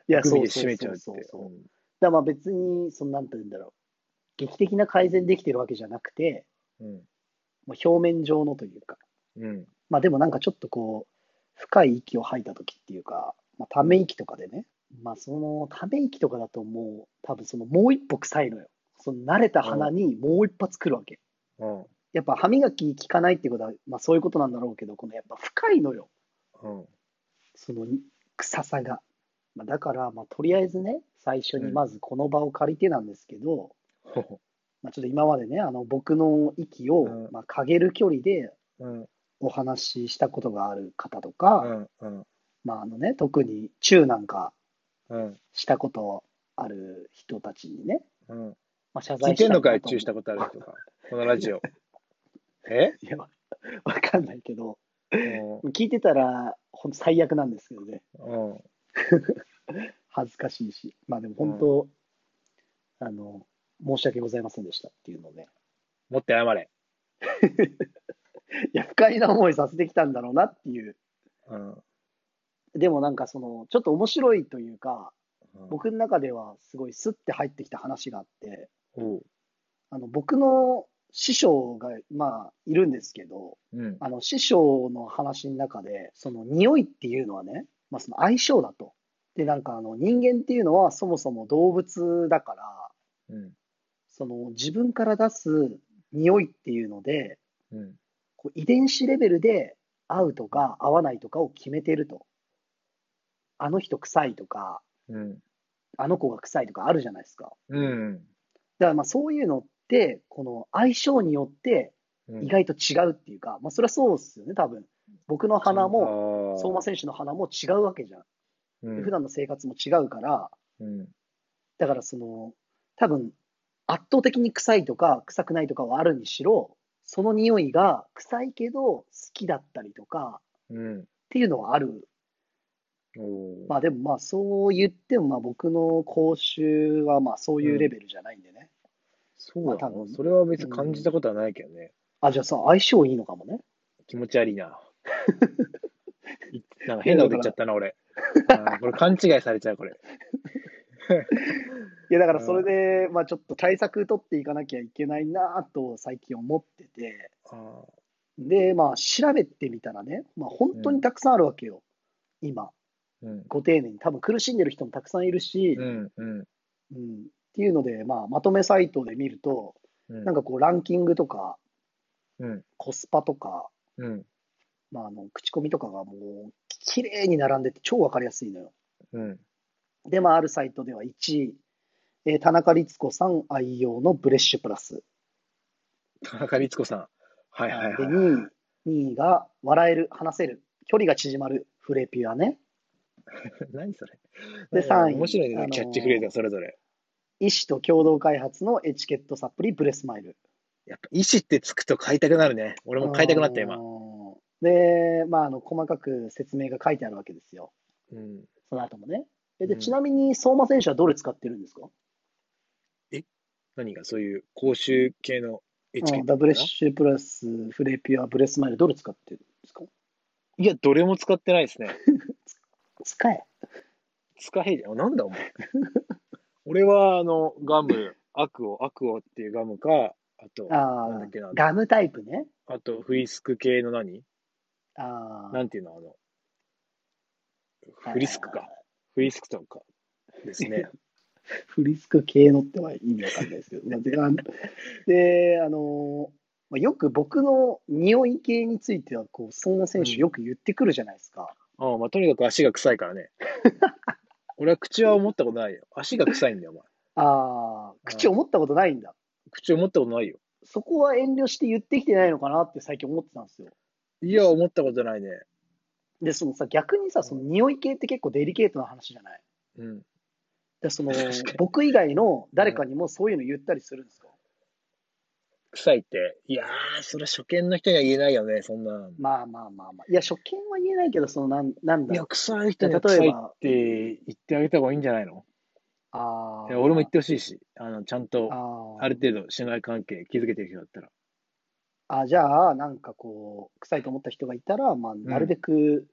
[SPEAKER 3] いや、
[SPEAKER 2] グ
[SPEAKER 3] そ
[SPEAKER 2] ミ
[SPEAKER 3] う
[SPEAKER 2] で
[SPEAKER 3] そ
[SPEAKER 2] 閉
[SPEAKER 3] う
[SPEAKER 2] めち
[SPEAKER 3] そ
[SPEAKER 2] ゃう
[SPEAKER 3] う
[SPEAKER 2] って
[SPEAKER 3] そう。そうだからまあ別に、そのなんて言うんだろう、劇的な改善できてるわけじゃなくて、
[SPEAKER 2] うん。
[SPEAKER 3] まあ、表面上のというか、
[SPEAKER 2] うん。
[SPEAKER 3] まあでもなんかちょっとこう、深い息を吐いた時っていうか、まあ、ため息とかでね、まあそのため息とかだともう、多分そのもう一歩臭いのよ。その慣れた鼻にもう一発来るわけ。
[SPEAKER 2] うん。
[SPEAKER 3] やっぱ歯磨き効かないってことは、まあそういうことなんだろうけど、このやっぱ深いのよ、
[SPEAKER 2] うん。
[SPEAKER 3] その臭さが。まあ、だから、まあとりあえずね、最初にまずこの場を借りてなんですけど、
[SPEAKER 2] ほほ
[SPEAKER 3] まあ、ちょっと今までね、あの僕の息を、
[SPEAKER 2] うん
[SPEAKER 3] まあ、かげる距離で
[SPEAKER 2] うん。
[SPEAKER 3] お話ししたことがある方とか、
[SPEAKER 2] うん。うん。
[SPEAKER 3] まああのね、特にチューなんか
[SPEAKER 2] うん。
[SPEAKER 3] したことある人たちにね、
[SPEAKER 2] うん。
[SPEAKER 3] まあ、謝
[SPEAKER 2] 聞い
[SPEAKER 3] 罪
[SPEAKER 2] てん
[SPEAKER 3] た
[SPEAKER 2] の
[SPEAKER 3] の
[SPEAKER 2] か
[SPEAKER 3] か
[SPEAKER 2] い
[SPEAKER 3] と
[SPEAKER 2] 注
[SPEAKER 3] 思
[SPEAKER 2] 意したことある人が。このラジオ。え
[SPEAKER 3] ういや、わわかんないけど、
[SPEAKER 2] うん。
[SPEAKER 3] 聞いてたら本当最悪なんですけどね、
[SPEAKER 2] うん。
[SPEAKER 3] 恥ずかしいし、まあでも本当、あの、申し訳ございませんでしたっていうのをね、
[SPEAKER 2] 持って謝れ。
[SPEAKER 3] いや、不快な思いさせてきたんだろうなっていう、
[SPEAKER 2] うん。うん
[SPEAKER 3] でもなんかその、ちょっと面白いというか、僕の中ではすごいスッて入ってきた話があって、
[SPEAKER 2] おう。
[SPEAKER 3] あの僕の師匠が、まあ、いるんですけど、
[SPEAKER 2] うん。
[SPEAKER 3] あの師匠の話の中で、その匂いっていうのはね、まあ、その相性だと。で、なんかあの人間っていうのはそもそも動物だから、
[SPEAKER 2] うん。
[SPEAKER 3] その自分から出す匂いっていうので、
[SPEAKER 2] うん。
[SPEAKER 3] こう遺伝子レベルで合うとか合わないとかを決めてると。あの人臭いとか、
[SPEAKER 2] うん。
[SPEAKER 3] あの子が臭いとかあるじゃないですか。
[SPEAKER 2] うん。
[SPEAKER 3] だからまあそういうのって、この相性によって
[SPEAKER 2] うん
[SPEAKER 3] 意外と違うっていうか、まあそれはそうですよね、多分。僕の鼻も、
[SPEAKER 2] も
[SPEAKER 3] 相馬選手の鼻も違うわけじゃん。
[SPEAKER 2] うん。
[SPEAKER 3] 普段の生活も違うから、
[SPEAKER 2] うん。
[SPEAKER 3] だからその、多分、圧倒的に臭いとか臭くないとかはあるにしろ、その匂いが臭いけど好きだったりとか
[SPEAKER 2] うん。
[SPEAKER 3] っていうのはある。
[SPEAKER 2] おう。
[SPEAKER 3] まあでもまあそう言ってもまあ僕の口臭はまあそういうレベルじゃないんでね。
[SPEAKER 2] そう
[SPEAKER 3] ま
[SPEAKER 2] だ
[SPEAKER 3] あ多分
[SPEAKER 2] それは別に感じたことはないけどね。
[SPEAKER 3] あ、じゃあさ、相性いいのかもね。
[SPEAKER 2] 気持ち悪い な。いなんか変なこと言っちゃったな、俺。あーこれ勘違いされちゃう、これ。
[SPEAKER 3] いやだからそれで、まあちょっと対策取っていかなきゃいけないなと最近思ってて、
[SPEAKER 2] あー
[SPEAKER 3] で、まあ調べてみたらね、まあ本当にたくさんあるわけよ、今、
[SPEAKER 2] うん。
[SPEAKER 3] ご丁寧に。多分苦しんでる人もたくさんいるし、
[SPEAKER 2] うん。うん。
[SPEAKER 3] うんっていうので、まあまとめサイトで見ると、
[SPEAKER 2] うん。
[SPEAKER 3] なんかこうランキングとか、
[SPEAKER 2] うん。
[SPEAKER 3] コスパとか、
[SPEAKER 2] うん。
[SPEAKER 3] まああの口コミとかがもう綺麗に並んでて超わかりやすいのよ。
[SPEAKER 2] うん。
[SPEAKER 3] で、まああるサイトでは1位、えー田中律子さん愛用のブレッシュプラス。
[SPEAKER 2] 田中律子さん。はいはい
[SPEAKER 3] で、
[SPEAKER 2] はい。
[SPEAKER 3] 2位、2位が、笑える、話せる、距離が縮まる、フレピュアね。
[SPEAKER 2] 何それ。
[SPEAKER 3] で
[SPEAKER 2] なんか
[SPEAKER 3] 三位
[SPEAKER 2] 面白いね、
[SPEAKER 3] あのー
[SPEAKER 2] キャッチフレーズがそれぞれ。
[SPEAKER 3] 医師と共同開発のエチケットサプリ、ブレスマイル。
[SPEAKER 2] やっぱ、意志ってつくと買いたくなるね。俺も買いたくなった、今。。
[SPEAKER 3] で、まあ、あの、細かく説明が書いてあるわけですよ。
[SPEAKER 2] うん。
[SPEAKER 3] その後もね。えで、
[SPEAKER 2] うん
[SPEAKER 3] ちなみに、相馬選手はどれ使ってるんですか、
[SPEAKER 2] 何が、そういう公衆系のエチケッ
[SPEAKER 3] うんダ
[SPEAKER 2] トかな
[SPEAKER 3] ブレッシュプラス、フレピュア、ブレスマイル、どれ使ってるんですか
[SPEAKER 2] いや、どれも使ってないですね。
[SPEAKER 3] 使え。
[SPEAKER 2] 使えじゃん。なんだお前。 俺は、あの、ガム、アクオ、アクオっていうガムか、あと、
[SPEAKER 3] あ
[SPEAKER 2] なんだ
[SPEAKER 3] あ
[SPEAKER 2] っけな、
[SPEAKER 3] ガムタイプね。
[SPEAKER 2] あと、フイスク系の何
[SPEAKER 3] ああ
[SPEAKER 2] なんていうのあの、フリスクか。フリスクとかですね。
[SPEAKER 3] フリスク系のっては意味わかんないですけど。まあで、あのであのまあ、よく僕の匂い系については、こう、そんな選手よく言ってくるじゃないですか。
[SPEAKER 2] ああ、まあ、とにかく足が臭いからね。俺は口は思ったことないよ。足が臭いんだよ、お前。
[SPEAKER 3] ああ、口思ったことないんだ。
[SPEAKER 2] 口思ったことないよ。
[SPEAKER 3] そこは遠慮して言ってきてないのかなって最近思ってたんですよ。
[SPEAKER 2] いや、思ったことないね。
[SPEAKER 3] で、そのさ、逆にさ、その匂い系って結構デリケートな話じゃない
[SPEAKER 2] うん。
[SPEAKER 3] でその
[SPEAKER 2] 確かに
[SPEAKER 3] 僕以外の誰かにもそういうの言ったりするんですか、
[SPEAKER 2] 臭いって。いやー、それは初見の人には言えないよね、そんなん。
[SPEAKER 3] まあまあまあまあ。いや、初見は言えないけど、そのなんなん
[SPEAKER 2] い
[SPEAKER 3] だ
[SPEAKER 2] や、
[SPEAKER 3] ろう。
[SPEAKER 2] 臭い人
[SPEAKER 3] い
[SPEAKER 2] に
[SPEAKER 3] や
[SPEAKER 2] は
[SPEAKER 3] 例
[SPEAKER 2] 臭
[SPEAKER 3] え
[SPEAKER 2] いっ
[SPEAKER 3] ば
[SPEAKER 2] て言ってあげた方がいいんじゃないの
[SPEAKER 3] ああ。
[SPEAKER 2] いや俺も言ってほしいし、あのちゃんと
[SPEAKER 3] あ
[SPEAKER 2] ある程度信頼関係築けてる人だったら。
[SPEAKER 3] ああ、じゃあ、なんかこう、臭いと思った人がいたら、まあ、なるべく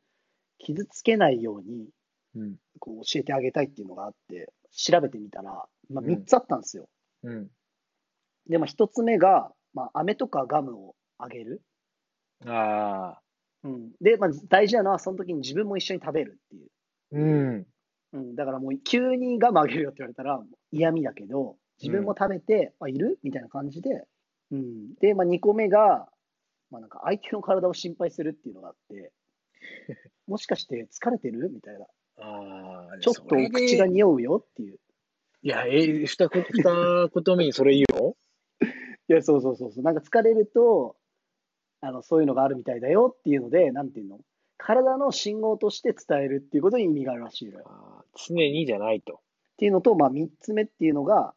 [SPEAKER 3] 傷つけないように
[SPEAKER 2] うん。
[SPEAKER 3] こう教えてあげたいっていうのがあって、調べてみたら、まあ、
[SPEAKER 2] うん
[SPEAKER 3] 3つあったんですよ。
[SPEAKER 2] うん。
[SPEAKER 3] で、まあ、1つ目が、まあ、飴とかガムをあげる。
[SPEAKER 2] ああ。
[SPEAKER 3] うん、で、まあ、大事なのは、その時に自分も一緒に食べるっていう。
[SPEAKER 2] うん。
[SPEAKER 3] うん、だからもう急にガムあげるよって言われたら嫌味だけど自分も食べて、あいるみたいな感じで、うん、で、まあ、2個目が、まあ、なんか相手の体を心配するっていうのがあって もしかして疲れてるみたいな
[SPEAKER 2] ああ。
[SPEAKER 3] ちょっと
[SPEAKER 2] それで
[SPEAKER 3] 口が匂うよっていう
[SPEAKER 2] いや、えー、二こ二言目にそれ言うの
[SPEAKER 3] いやそうそうそうそうなんか疲れるとあのそういうのがあるみたいだよっていうのでなんていうの体の信号として伝えるっていうことに意味があるらしいのよ
[SPEAKER 2] あー常にじゃないと。
[SPEAKER 3] っていうのと、まあ、3つ目っていうのが、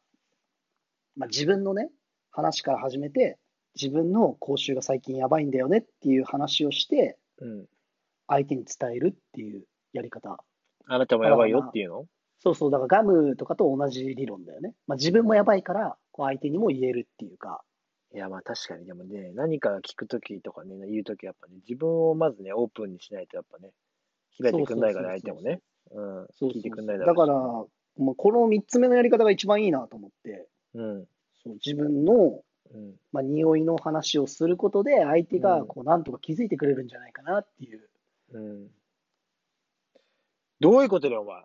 [SPEAKER 3] まあ、自分のね話から始めて自分の口臭が最近やばいんだよねっていう話をして
[SPEAKER 2] うん。
[SPEAKER 3] 相手に伝えるっていうやり方
[SPEAKER 2] あなたもやばいよっていうの
[SPEAKER 3] そうそうだからガムとかと同じ理論だよね、まあ、自分もやばいからこう相手にも言えるっていうか
[SPEAKER 2] いや、まあ確かに、でもね、何か聞くときとかね、言うときやっぱね、自分をまずね、オープンにしないとやっぱね、開いてくんないから、
[SPEAKER 3] そう
[SPEAKER 2] 相
[SPEAKER 3] そうそうそ
[SPEAKER 2] 手
[SPEAKER 3] う
[SPEAKER 2] もね。うん。
[SPEAKER 3] そう
[SPEAKER 2] 聞いてくんない
[SPEAKER 3] だ
[SPEAKER 2] だ
[SPEAKER 3] だから、
[SPEAKER 2] ろ
[SPEAKER 3] もうこの3つ目のやり方が一番いいなと思って
[SPEAKER 2] うし。うん。
[SPEAKER 3] そう自分の、
[SPEAKER 2] うん。
[SPEAKER 3] まあ匂いの話をすることで相手
[SPEAKER 2] う
[SPEAKER 3] が
[SPEAKER 2] ん
[SPEAKER 3] こうなんとか気づいてくれるんじゃないかなっていう。
[SPEAKER 2] うんどういうことだよ、お 前。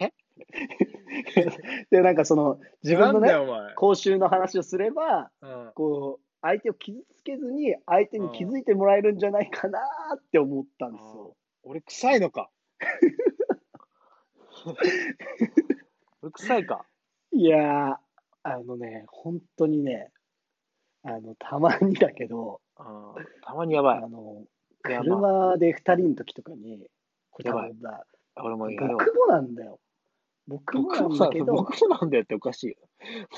[SPEAKER 2] え
[SPEAKER 3] でなんかその自分の
[SPEAKER 2] なんだ
[SPEAKER 3] ね
[SPEAKER 2] よ、お前。
[SPEAKER 3] 口臭の話をすれば、
[SPEAKER 2] うん
[SPEAKER 3] こう、相手を傷つけずに、相手に気づいてもらえるんじゃないかなって思ったんですよ。
[SPEAKER 2] 俺、臭いのか。 俺、臭いか。
[SPEAKER 3] いやー、あのね、本当にね、あの、たまにだけど、
[SPEAKER 2] うんたまにやばい
[SPEAKER 3] あ。の、
[SPEAKER 2] いや
[SPEAKER 3] 車で二人の時とかに、これ
[SPEAKER 2] や
[SPEAKER 3] 多
[SPEAKER 2] ばい
[SPEAKER 3] 分だ、
[SPEAKER 2] 俺もや
[SPEAKER 3] 僕
[SPEAKER 2] ばい
[SPEAKER 3] もなんだよ。僕も
[SPEAKER 2] 僕
[SPEAKER 3] な
[SPEAKER 2] も
[SPEAKER 3] ん
[SPEAKER 2] さ
[SPEAKER 3] だけど、
[SPEAKER 2] 僕もなんだよっておかしいよ。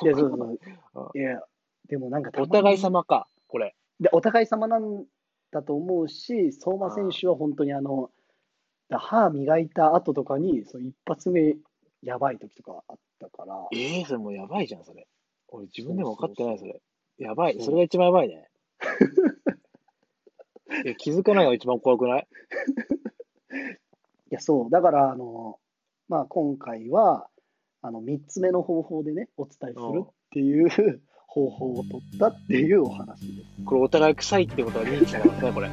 [SPEAKER 3] いや、そう
[SPEAKER 2] 僕も
[SPEAKER 3] そう。いや、でもなんかたま
[SPEAKER 2] お
[SPEAKER 3] に
[SPEAKER 2] 互い様か、これ。
[SPEAKER 3] でお互い様なんだと思うし、相馬選手は本当にあの、だ歯磨いた後とかに、その一発目、やばい時とかあったから、
[SPEAKER 2] ええそれもうやばいじゃん、それ。俺、自分でも分かってない、
[SPEAKER 3] そ
[SPEAKER 2] そう
[SPEAKER 3] そ
[SPEAKER 2] れ。やばい、
[SPEAKER 3] そう
[SPEAKER 2] それが一番やばい ね。いや気づかないのが一番怖くない
[SPEAKER 3] いや、そう、だから、あの、まあ、今回は、あの、3つ目の方法でね、お伝えするっていう方法を取ったっていうお話で
[SPEAKER 2] これ、お互い臭いってことは認知されますね、これ。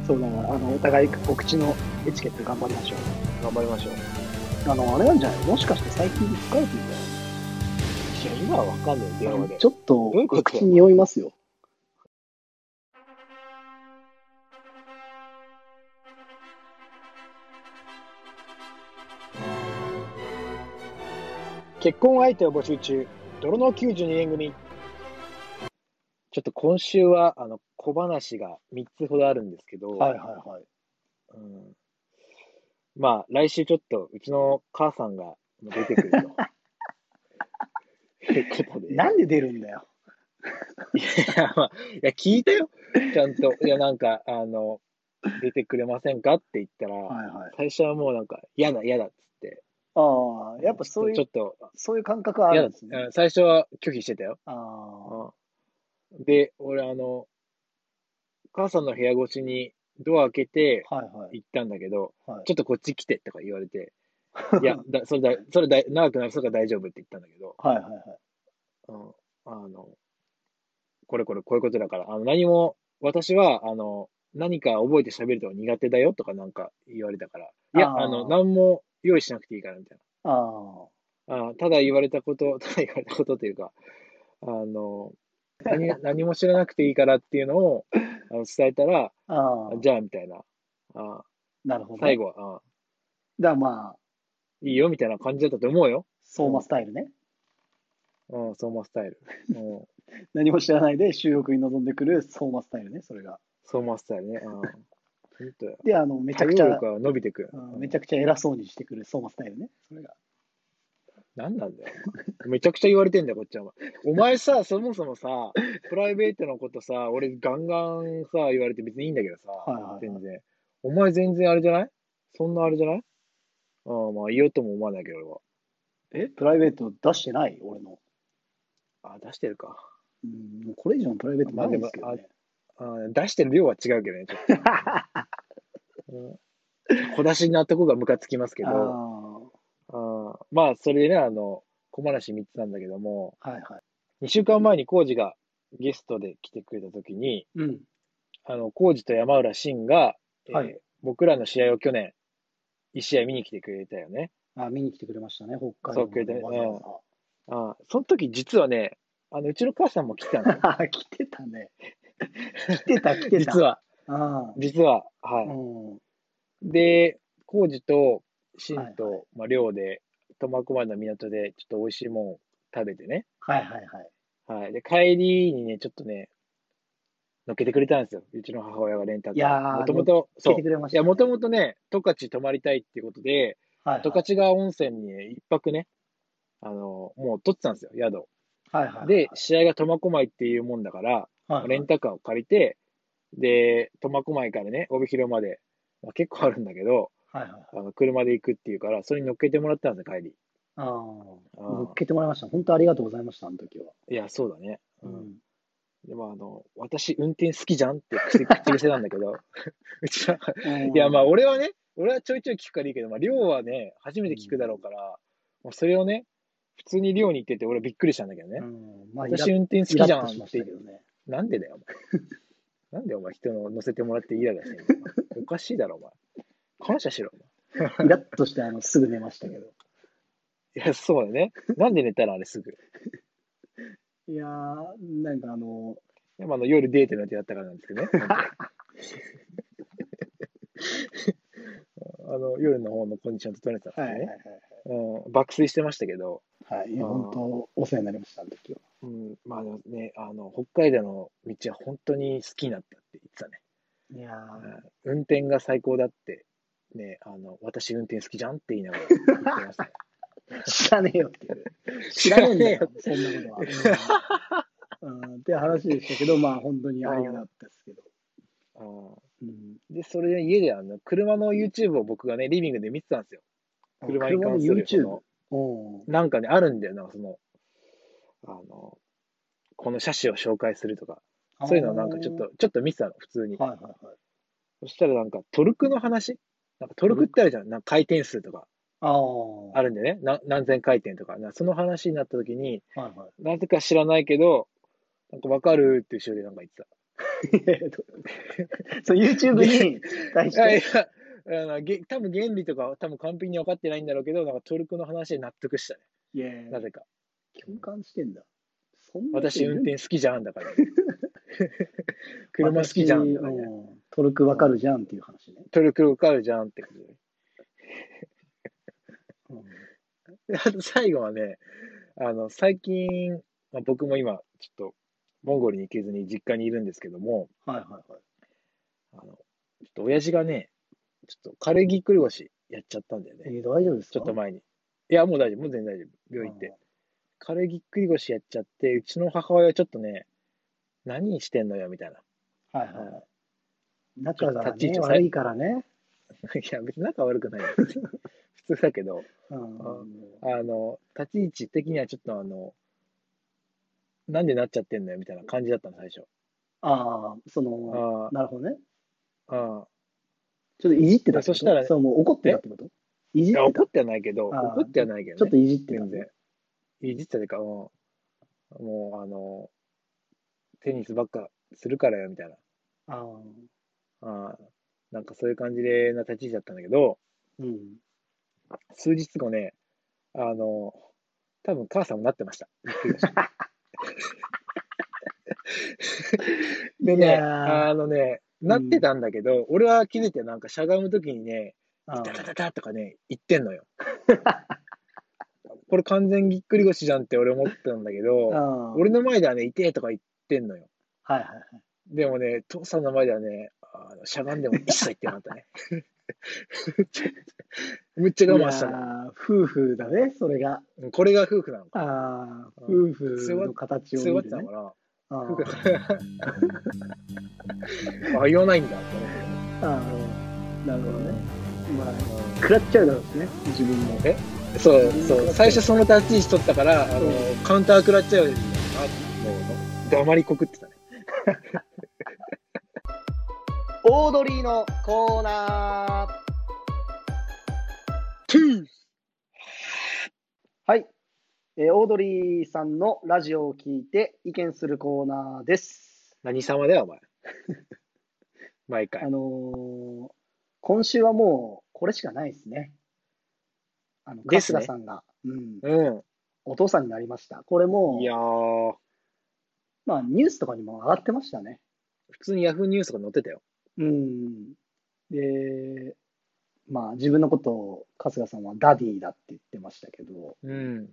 [SPEAKER 3] す。そうだから、あの、お互いお口のエチケット頑張りましょう。
[SPEAKER 2] 頑張りましょう。
[SPEAKER 3] あの、あれなんじゃないもしかして最近疲れてるんじ
[SPEAKER 2] いや、今はわかんないよ、
[SPEAKER 3] ゃ
[SPEAKER 2] 電
[SPEAKER 3] ない
[SPEAKER 2] 話で
[SPEAKER 3] ち。ょっと、
[SPEAKER 2] ういう
[SPEAKER 3] お
[SPEAKER 2] こと
[SPEAKER 3] 口匂いますよ。
[SPEAKER 2] 結婚相手を募集中、泥の92年組。ちょっと今週は、あの、小話が3つほどあるんですけど、
[SPEAKER 3] はいはいはい。
[SPEAKER 2] うん、 まあ、来週ちょっと、うちの母さんが出てくると。ってこと で。
[SPEAKER 3] なんで出るんだよ。
[SPEAKER 2] いや、まあ、いや聞いたよ。ちゃんと。いや、なんか、あの、出てくれませんかって言ったら、
[SPEAKER 3] はいはい。
[SPEAKER 2] 最初はもうなんか、嫌だ、嫌だっつって。
[SPEAKER 3] ああ、やっぱそう
[SPEAKER 2] ち
[SPEAKER 3] い
[SPEAKER 2] ょ
[SPEAKER 3] う
[SPEAKER 2] っ、と、
[SPEAKER 3] そういう感覚はあ
[SPEAKER 2] 嫌
[SPEAKER 3] る
[SPEAKER 2] だ
[SPEAKER 3] ん
[SPEAKER 2] っ
[SPEAKER 3] で
[SPEAKER 2] つ
[SPEAKER 3] す
[SPEAKER 2] っ
[SPEAKER 3] ね。
[SPEAKER 2] て。最初は拒否してたよ。
[SPEAKER 3] あ
[SPEAKER 2] で、俺、あの、母さんの部屋越しにドア開けて
[SPEAKER 3] あ、はいはい。
[SPEAKER 2] 行ったんだけど、
[SPEAKER 3] はい
[SPEAKER 2] ちょっとこっち来てとか言わ れて、いや、だそれだ、それだ、長くなるそれから大丈夫って言ったんだけど、
[SPEAKER 3] はいはいはい。
[SPEAKER 2] うん、あの、これこれこういうことだから、あの何も、私は、あの、何か覚えて喋るとか苦手だよとかなんか言われたから、いや、
[SPEAKER 3] あー
[SPEAKER 2] あの、何も用意しなくていいからみたい
[SPEAKER 3] ああ。
[SPEAKER 2] な。あーただ言われたこと、ただ言われたことというか、あの、何、何も知らなくていいからっていうのをあの伝えたら、
[SPEAKER 3] ああ、
[SPEAKER 2] じゃあみたいな、あ
[SPEAKER 3] なるほど、ね。
[SPEAKER 2] 最。後は、あ
[SPEAKER 3] だからまあ、
[SPEAKER 2] いいよみたいな感じだったと思うよ。
[SPEAKER 3] 相馬スタイルね。
[SPEAKER 2] うん、相馬ス タイル。うん、
[SPEAKER 3] 何も知らないで収録に臨んでくる相馬スタイルね、それが。
[SPEAKER 2] 相馬スタイルね。うん、本当や
[SPEAKER 3] で、あの、めちゃく
[SPEAKER 2] 対
[SPEAKER 3] ち
[SPEAKER 2] 応
[SPEAKER 3] ゃ
[SPEAKER 2] 力、が伸びてくる。
[SPEAKER 3] うんめちゃくちゃ偉そうにしてくる相馬スタイルね、それが。
[SPEAKER 2] なんなんだよ。お前めちゃくちゃ言われてんだよ、こっちは。お前さ、 そもそもさ、プライベートのことさ、俺ガンガンさ、言われて別にいいんだけどさ、
[SPEAKER 3] はいはいはい
[SPEAKER 2] 全然。お前全然あれじゃないそんなあれじゃないああまあ言おうとも思わないけど、俺は。
[SPEAKER 3] えプライベート出してない俺の。
[SPEAKER 2] ああ出してるか。
[SPEAKER 3] うん、もうこれ以上のプライベートないんですけどね。
[SPEAKER 2] ああ出してる量は違うけどね、ちょっと。うん小出しなとこがムカつきますけ
[SPEAKER 3] あ
[SPEAKER 2] ど、
[SPEAKER 3] あ
[SPEAKER 2] ああまあ、それでね、あの、小話3つなんだけども、
[SPEAKER 3] ー、はいはい。
[SPEAKER 2] 2週間前にコウジがゲストで来てくれた時に、
[SPEAKER 3] うん。
[SPEAKER 2] あの、コウジと山浦慎が、えー
[SPEAKER 3] はい
[SPEAKER 2] 僕らの試合を去年、1試合見に来てくれたよね。
[SPEAKER 3] あ見に来てくれましたね、北海道
[SPEAKER 2] そう来て
[SPEAKER 3] のわざわ
[SPEAKER 2] あその時実はね、あの、うちの母さんも来てたの。
[SPEAKER 3] ざ。 来てたね。来て た、来てた。
[SPEAKER 2] 実。は、
[SPEAKER 3] あ
[SPEAKER 2] 実は、
[SPEAKER 3] あ。
[SPEAKER 2] は
[SPEAKER 3] うん。
[SPEAKER 2] い。で、コウジと慎と、
[SPEAKER 3] はいはい
[SPEAKER 2] まあ、寮で、苫小牧の港で、ちょっと美味しいもん食べてね。
[SPEAKER 3] はいはいはい。
[SPEAKER 2] はい。で、帰りにね、ちょっとね、乗っけてくれたんですよ。うちの母親がレンタカー。
[SPEAKER 3] いやー
[SPEAKER 2] もともと、そ
[SPEAKER 3] 来
[SPEAKER 2] う
[SPEAKER 3] て。くれまし
[SPEAKER 2] い
[SPEAKER 3] た、
[SPEAKER 2] や、もともとね、十勝泊まりたいっていうことで、
[SPEAKER 3] はいはい
[SPEAKER 2] 十勝川温泉にね一泊ね、あの、もう取ってたんですよ、宿。
[SPEAKER 3] はいはいはい。
[SPEAKER 2] で、試合が苫小牧っていうもんだから、
[SPEAKER 3] はいはい、
[SPEAKER 2] レンタカーを借りて、で、苫小牧からね、帯広まで、まあ、結構あるんだけど、
[SPEAKER 3] はいはいはい。
[SPEAKER 2] あの車で行くっていうから、それに乗っけてもらったんですよ、帰り。
[SPEAKER 3] ああ、
[SPEAKER 2] あー
[SPEAKER 3] 乗っけてもらいました。本当ありがとうございました、あの時は。
[SPEAKER 2] いや、そうだね。
[SPEAKER 3] う
[SPEAKER 2] うん
[SPEAKER 3] ん。
[SPEAKER 2] でもあの、私、運転好きじゃんって口 口癖なんだ けど、うちは、いや、まあ、俺はね、俺はちょいちょい聞くからいいけど、まあ、りょうはね、初めて聞くだろうから、もうそれをね、普通にりょうに言ってて、俺はびっくりしたんだけどね。
[SPEAKER 3] うん、まあ、
[SPEAKER 2] 私、
[SPEAKER 3] イラ
[SPEAKER 2] 運転好
[SPEAKER 3] イ
[SPEAKER 2] き
[SPEAKER 3] ラ
[SPEAKER 2] じ
[SPEAKER 3] ッ
[SPEAKER 2] ゃん
[SPEAKER 3] と
[SPEAKER 2] っ
[SPEAKER 3] しましてたけどね。
[SPEAKER 2] なんでだよ、 お前。なんでお前、人の乗せてもらってイライラしてんのおかしいだろ、お前。感謝しろ、お前。
[SPEAKER 3] イラッとして、あの、すぐ寝ましたけど。
[SPEAKER 2] いや、そうだね。なんで寝たらあれすぐ。
[SPEAKER 3] いやー、なんかあの、
[SPEAKER 2] でもあの夜デートの予定だったからなんですけどね。 あの夜の方のコンディション整えてたんで
[SPEAKER 3] は
[SPEAKER 2] す
[SPEAKER 3] いは
[SPEAKER 2] よね、
[SPEAKER 3] いはい
[SPEAKER 2] うん。爆睡してましたけど、
[SPEAKER 3] はい。はい、
[SPEAKER 2] あー
[SPEAKER 3] 本当、お世話になりました、あの時は。
[SPEAKER 2] うん、まあでもね、あの、北海道の道は本当に好きになったって言ってたね。
[SPEAKER 3] いや
[SPEAKER 2] うん、運転が最高だって、ね、あの、私運転好きじゃんって言いながら言ってまし たね。
[SPEAKER 3] ー、知らねえよっていう。 知
[SPEAKER 2] 知
[SPEAKER 3] ら
[SPEAKER 2] ら
[SPEAKER 3] ねえんだ
[SPEAKER 2] ね
[SPEAKER 3] よ、そんなことは。 うん、うんって話でしたけど、まあ、本当にありがたかったですけど。
[SPEAKER 2] えよ。
[SPEAKER 3] うん、
[SPEAKER 2] うんで、それで家であの、車の YouTube を僕がね、リビングで見てたんですよ。車に
[SPEAKER 3] 車の
[SPEAKER 2] 関するそ
[SPEAKER 3] YouTube
[SPEAKER 2] の、。
[SPEAKER 3] うん
[SPEAKER 2] なんかね、あるんだよな、その、あの、この車種を紹介するとか、そういうのをなんかちょっ。と、ちょっと見てたの、普通に。
[SPEAKER 3] はいはいはい。
[SPEAKER 2] そしたらなんかトルクの話なんかトルクってあるじゃん。なんか回転数とか。
[SPEAKER 3] ああ。
[SPEAKER 2] あるんでね、な何千回転とか、なその話になった時に、
[SPEAKER 3] はい はい。
[SPEAKER 2] なぜか知らないけど、なんかわかるって後ろでなんか言って
[SPEAKER 3] そう、YouTube に対
[SPEAKER 2] た。い
[SPEAKER 3] して。
[SPEAKER 2] やいや、あのげ多分原理とかは多分完璧に分かってないんだろうけど、なんかトルクの話で納得したね。
[SPEAKER 3] いやいや
[SPEAKER 2] なぜか。
[SPEAKER 3] 共感してんだ。そんな人い
[SPEAKER 2] 私
[SPEAKER 3] る
[SPEAKER 2] 運転好きじゃんだから、ね。車好きじゃんだから、
[SPEAKER 3] 私
[SPEAKER 2] ね。
[SPEAKER 3] うんトルクわかるじゃんっていう話ね。
[SPEAKER 2] トルクわかるじゃんってことで。
[SPEAKER 3] うん
[SPEAKER 2] であと最後はね、あの、最近、まあ、僕も今、ちょっと、モンゴルに行けずに実家にいるんですけども、
[SPEAKER 3] はいはいはい。
[SPEAKER 2] あの、ちょっと親父がね、ちょっと枯れぎっくり腰やっちゃったんだよ
[SPEAKER 3] え
[SPEAKER 2] ね。
[SPEAKER 3] ー大丈夫ですか
[SPEAKER 2] ちょっと前に。いや、もう大丈夫。もう全然大丈夫。病院行って。軽いぎっくり腰やっちゃって、うちの母親ちょっとね、何してんのよみたいな。
[SPEAKER 5] はいはい。仲が、
[SPEAKER 2] 立ち位
[SPEAKER 5] ね、
[SPEAKER 2] 置さ
[SPEAKER 5] 悪いからね。
[SPEAKER 2] いや、別に仲悪くないよ。普通だけど、
[SPEAKER 5] うん。
[SPEAKER 2] ああの、立ち位置的にはちょっとあの、なんでなっちゃってんのよみたいな感じだったの、最初。
[SPEAKER 5] ああ、その、
[SPEAKER 2] あ
[SPEAKER 5] なるほどね。
[SPEAKER 2] あ、ああ。
[SPEAKER 5] ちょっといじってたってこと
[SPEAKER 2] そしたら
[SPEAKER 5] そう、もう怒ってたってこといじっ
[SPEAKER 2] い
[SPEAKER 5] て
[SPEAKER 2] や、
[SPEAKER 5] た。
[SPEAKER 2] 怒ってはないけど、
[SPEAKER 5] あー
[SPEAKER 2] 怒ってはないけど、ね。
[SPEAKER 5] ちょっといじってた。
[SPEAKER 2] 全然。いじってたというか、もう、もうあの、テニスばっかするからよ、みたいな。
[SPEAKER 5] ああ、
[SPEAKER 2] あーなんかそういう感じでな立ち位置だったんだけど、
[SPEAKER 5] うん。
[SPEAKER 2] 数日後ね、あの、多分母さんもなってました。で
[SPEAKER 5] い
[SPEAKER 2] ね、
[SPEAKER 5] や
[SPEAKER 2] あのね、なってたんだけど、俺は気づいてなんかしゃがむときにね、
[SPEAKER 5] ああ
[SPEAKER 2] タタタタとかね、言ってん のよ。これ完全ぎっくり腰じゃんって俺思ったんだけど、
[SPEAKER 5] あ
[SPEAKER 2] 俺の前ではね、痛えとか言ってんのよ。
[SPEAKER 5] はいはいはい。
[SPEAKER 2] でもね、父さんの前ではね、あのしゃがんでも一切言ってなかった ね。むっちゃ我慢した
[SPEAKER 5] いや
[SPEAKER 2] の。
[SPEAKER 5] ー夫婦だね、それが。
[SPEAKER 2] これが夫婦なのか。
[SPEAKER 5] ああ、
[SPEAKER 2] う
[SPEAKER 5] 夫婦の形を
[SPEAKER 2] 強が
[SPEAKER 5] 見
[SPEAKER 2] って
[SPEAKER 5] るね。
[SPEAKER 2] たのかな。
[SPEAKER 5] ああ
[SPEAKER 2] あ、言わないんだって思って。
[SPEAKER 5] ああ、なるほどね。まあ、食らっちゃうだろうしね、自分も。
[SPEAKER 2] そうそう、最初その立ち位置取ったから、あの
[SPEAKER 5] う
[SPEAKER 2] カウンター食らっちゃうようになったなもう黙りこくってたね。
[SPEAKER 1] オードリーのコーナー。
[SPEAKER 3] はい、えーオードリーさんのラジオを聞いて意見するコーナーです。
[SPEAKER 2] 何様だよ、お前。 毎
[SPEAKER 3] あ
[SPEAKER 2] 回。
[SPEAKER 3] のー今週はもうこれしかないですね。あの
[SPEAKER 2] です
[SPEAKER 3] 春
[SPEAKER 2] ね
[SPEAKER 3] 日さんが、うん、
[SPEAKER 2] う
[SPEAKER 3] お父さんになりました。これも
[SPEAKER 2] ん。
[SPEAKER 3] う
[SPEAKER 2] いやー、
[SPEAKER 3] まあ、ニュースとかにも上がってましたね。
[SPEAKER 2] 普通にヤフーニュースとか載ってたよ。
[SPEAKER 3] うん。で、まあ、自分のことを春日さんはダディだって言ってましたけど、
[SPEAKER 2] うん。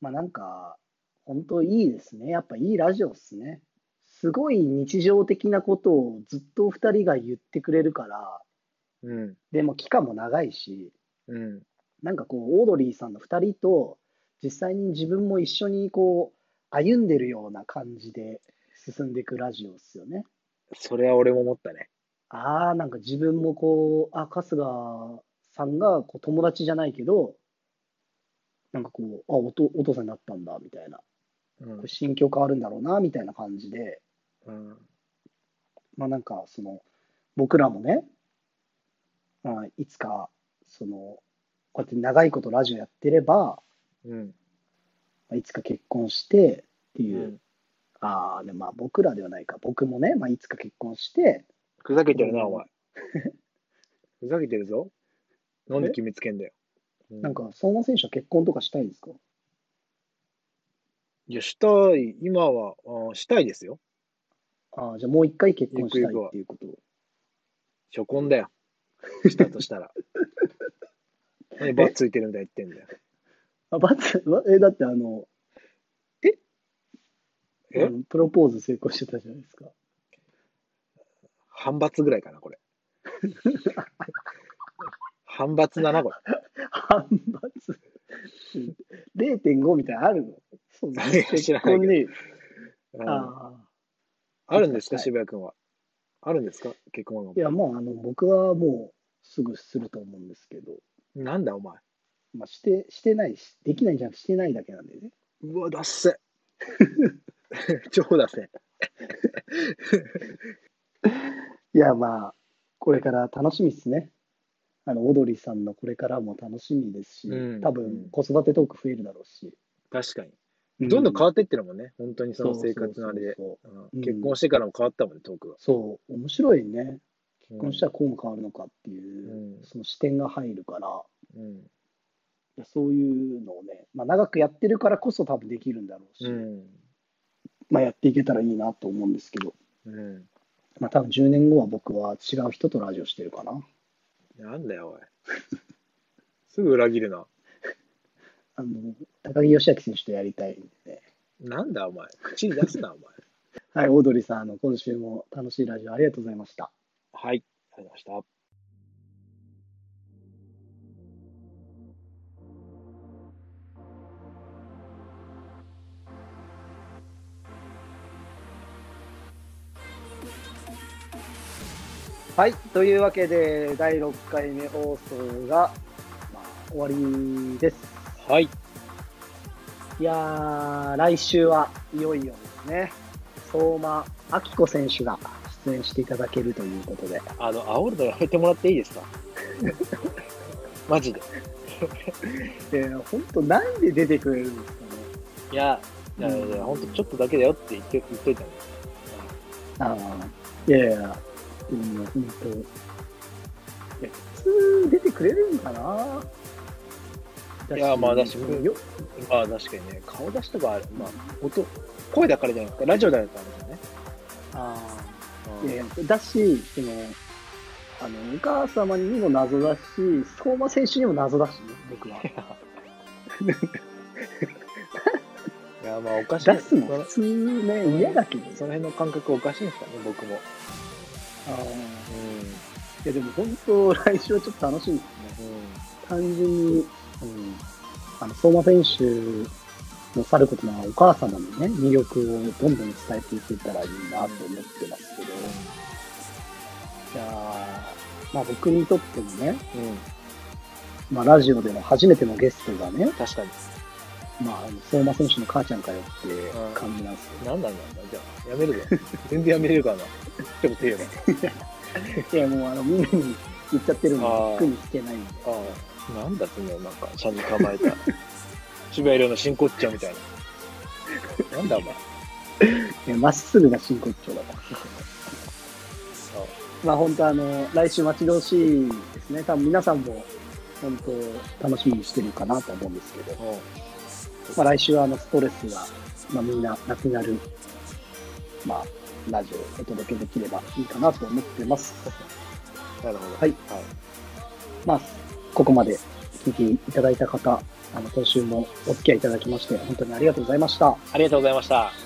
[SPEAKER 3] まあ、なんか、本当いいですね。やっぱいいラジオっすね。すごい日常的なことをずっとお二人が言ってくれるから、
[SPEAKER 2] うん。
[SPEAKER 3] でも期間も長いし、
[SPEAKER 2] うん。
[SPEAKER 3] なんかこう、オードリーさんの二人と、実際に自分も一緒にこう、歩んでるような感じで進んでいくラジオっすよね。
[SPEAKER 2] それは俺も思ったね。
[SPEAKER 3] ああ、なんか自分もこう、あ、春日さんがこう友達じゃないけど、なんかこう、あ、おと、お父さんになったんだ、みたいな。
[SPEAKER 2] うん
[SPEAKER 3] こう心境変わるんだろうな、みたいな感じで、
[SPEAKER 2] うん。
[SPEAKER 3] まあなんか、その、僕らもね、まあ、いつか、その、こうやって長いことラジオやってれば、
[SPEAKER 2] うん。
[SPEAKER 3] まあいつか結婚してって
[SPEAKER 2] う
[SPEAKER 3] いう、
[SPEAKER 2] ん
[SPEAKER 3] ああ、でもまあ僕らではないか、僕もね、まあいつか結婚して、
[SPEAKER 2] ふざけてるな、
[SPEAKER 3] うん
[SPEAKER 2] お前。ふざけてるぞ。なんで決めつけんだよ。う
[SPEAKER 3] なんか、相馬選手は結婚とかしたいんですか
[SPEAKER 2] いや、したい、今は、あーしたいですよ。
[SPEAKER 3] ああ、じゃあもう一回結婚したいっていうこと。
[SPEAKER 2] 初婚だよ。したと したら。何バツついてるんだよ言ってんだよ。
[SPEAKER 3] あ、バツ、わえ、だってあの、え
[SPEAKER 2] え
[SPEAKER 3] あのプロポーズ成功してたじゃないですか。
[SPEAKER 2] 反罰ぐらいかな、これ。反罰だな、こ
[SPEAKER 3] 反発。0.5みたいなのあるのそうね
[SPEAKER 2] いや知らない
[SPEAKER 3] 結婚に。
[SPEAKER 2] けどれ。うん
[SPEAKER 3] ああ。
[SPEAKER 2] あるんですか、
[SPEAKER 3] はい。
[SPEAKER 2] 渋谷君は。あるんですか、結婚はい
[SPEAKER 3] や、もうあの、僕はもうすぐすると思うんですけど、
[SPEAKER 2] なんだ、お前。
[SPEAKER 3] まあ、して、してないし、できないんじゃなくてしてないだけなんでね。
[SPEAKER 2] うわ、だっせ。 超だっせ。
[SPEAKER 3] いや、まあ、これから楽しみですね。あの、オードリーさんのこれからも楽しみですし、
[SPEAKER 2] うん
[SPEAKER 3] 多
[SPEAKER 2] う
[SPEAKER 3] 分
[SPEAKER 2] ん
[SPEAKER 3] 子育てトーク増えるだろうし。
[SPEAKER 2] 確かに。どんどん変
[SPEAKER 3] わ
[SPEAKER 2] わってってるもんね、本当にその生活のあれで。うん結婚してからも変わったもんね、トークが。
[SPEAKER 3] そう、面白いね。
[SPEAKER 2] 結
[SPEAKER 3] 結婚したらこうも変わるのかっていう、
[SPEAKER 2] うん
[SPEAKER 3] その視点が入るから、い
[SPEAKER 2] うん。
[SPEAKER 3] やそういうのをね、まあ、長くやってるからこそ多分できるんだろうし、
[SPEAKER 2] うん。
[SPEAKER 3] まあ、やっていけたらいいなと思うんですけど、
[SPEAKER 2] うん。
[SPEAKER 3] まあ、多分10年後は僕は違う人とラジオしてるかな。
[SPEAKER 2] なんだよ、おい。 すぐ裏切るな。
[SPEAKER 3] あの高木義明選手とやりたいんで、ね、
[SPEAKER 2] なんだ、お前。口に出すな、お前。
[SPEAKER 3] はい、オードリーさん、あの今週も楽しいラジオありがとうございました。
[SPEAKER 2] はい、ありました。
[SPEAKER 3] はい、というわけで、第6回目放送が、まあ、終わりです。
[SPEAKER 2] はい。
[SPEAKER 3] いやー、来週はいよいよですね、相馬明子選手が出演していただけるということで、
[SPEAKER 2] あの、煽るのやめてもらっていいです かマジで。
[SPEAKER 3] えー、本当なんで出てくれるんですかね。
[SPEAKER 2] いや、いやいや、ほんとちょっとだけだよって言って、言っといたの。
[SPEAKER 3] ああ、いやいや、でも、本当、いや普通出てくれるんかない
[SPEAKER 2] いやまあだし
[SPEAKER 3] よ
[SPEAKER 2] まあ確かにね、顔出しとかある、まあ、音、声だからじゃないですか、ラジオだからですよね。
[SPEAKER 3] ああ、いやいやだし、その、あの、お母様にも謎だし、相馬選手にも謎だしね、僕 は。
[SPEAKER 2] いや、まあおかしい
[SPEAKER 3] 出す
[SPEAKER 2] そ
[SPEAKER 3] の
[SPEAKER 2] の
[SPEAKER 3] 普通ね、嫌だけど
[SPEAKER 2] その辺の感覚おかしいんですかね、僕も。
[SPEAKER 3] ああ
[SPEAKER 2] う
[SPEAKER 3] いや、でも本当、来週はちょっと楽しみですね。
[SPEAKER 2] ん。うん
[SPEAKER 3] 単純に、うん、あの相馬選手のさることながらお母様のね、魅力をどんどん伝えていけたらいいなと思ってますけど、じゃあ、まあ僕にとってもね、
[SPEAKER 2] うん、
[SPEAKER 3] まあラジオでの初めてのゲストがね、
[SPEAKER 2] 確かに。
[SPEAKER 3] まああの相馬選手の母ちゃんかよって感じなんです
[SPEAKER 2] 何なんだろうな、じゃあ、やめるぞ。 全然やめれるからな。ってこと言えば。
[SPEAKER 3] けど、 いやもうあのみんなに言っちゃってる
[SPEAKER 2] あ
[SPEAKER 3] の
[SPEAKER 2] ー
[SPEAKER 3] に、服に聞けないんで、
[SPEAKER 2] ああ、なんだその、なんか、車に構 えた。渋谷色の真骨頂みたいな。なんだお 前。
[SPEAKER 3] いやまっすぐな真骨頂だから。まあ本当あの、来週待ち遠しいですね。多分皆さんも本当楽しみにしてるかなと思うんですけど、
[SPEAKER 2] うんうん
[SPEAKER 3] まあ来週はあのストレスが、まあみんななくなる、まあラジオをお届けできればいいかなと思ってます。
[SPEAKER 2] なるほど。
[SPEAKER 3] はい
[SPEAKER 2] はい
[SPEAKER 3] まあ、ここまで聞いていただいた方、あの、今週もお付き合いいただきまして、本当にありがとうございました。
[SPEAKER 2] ありがとうございました。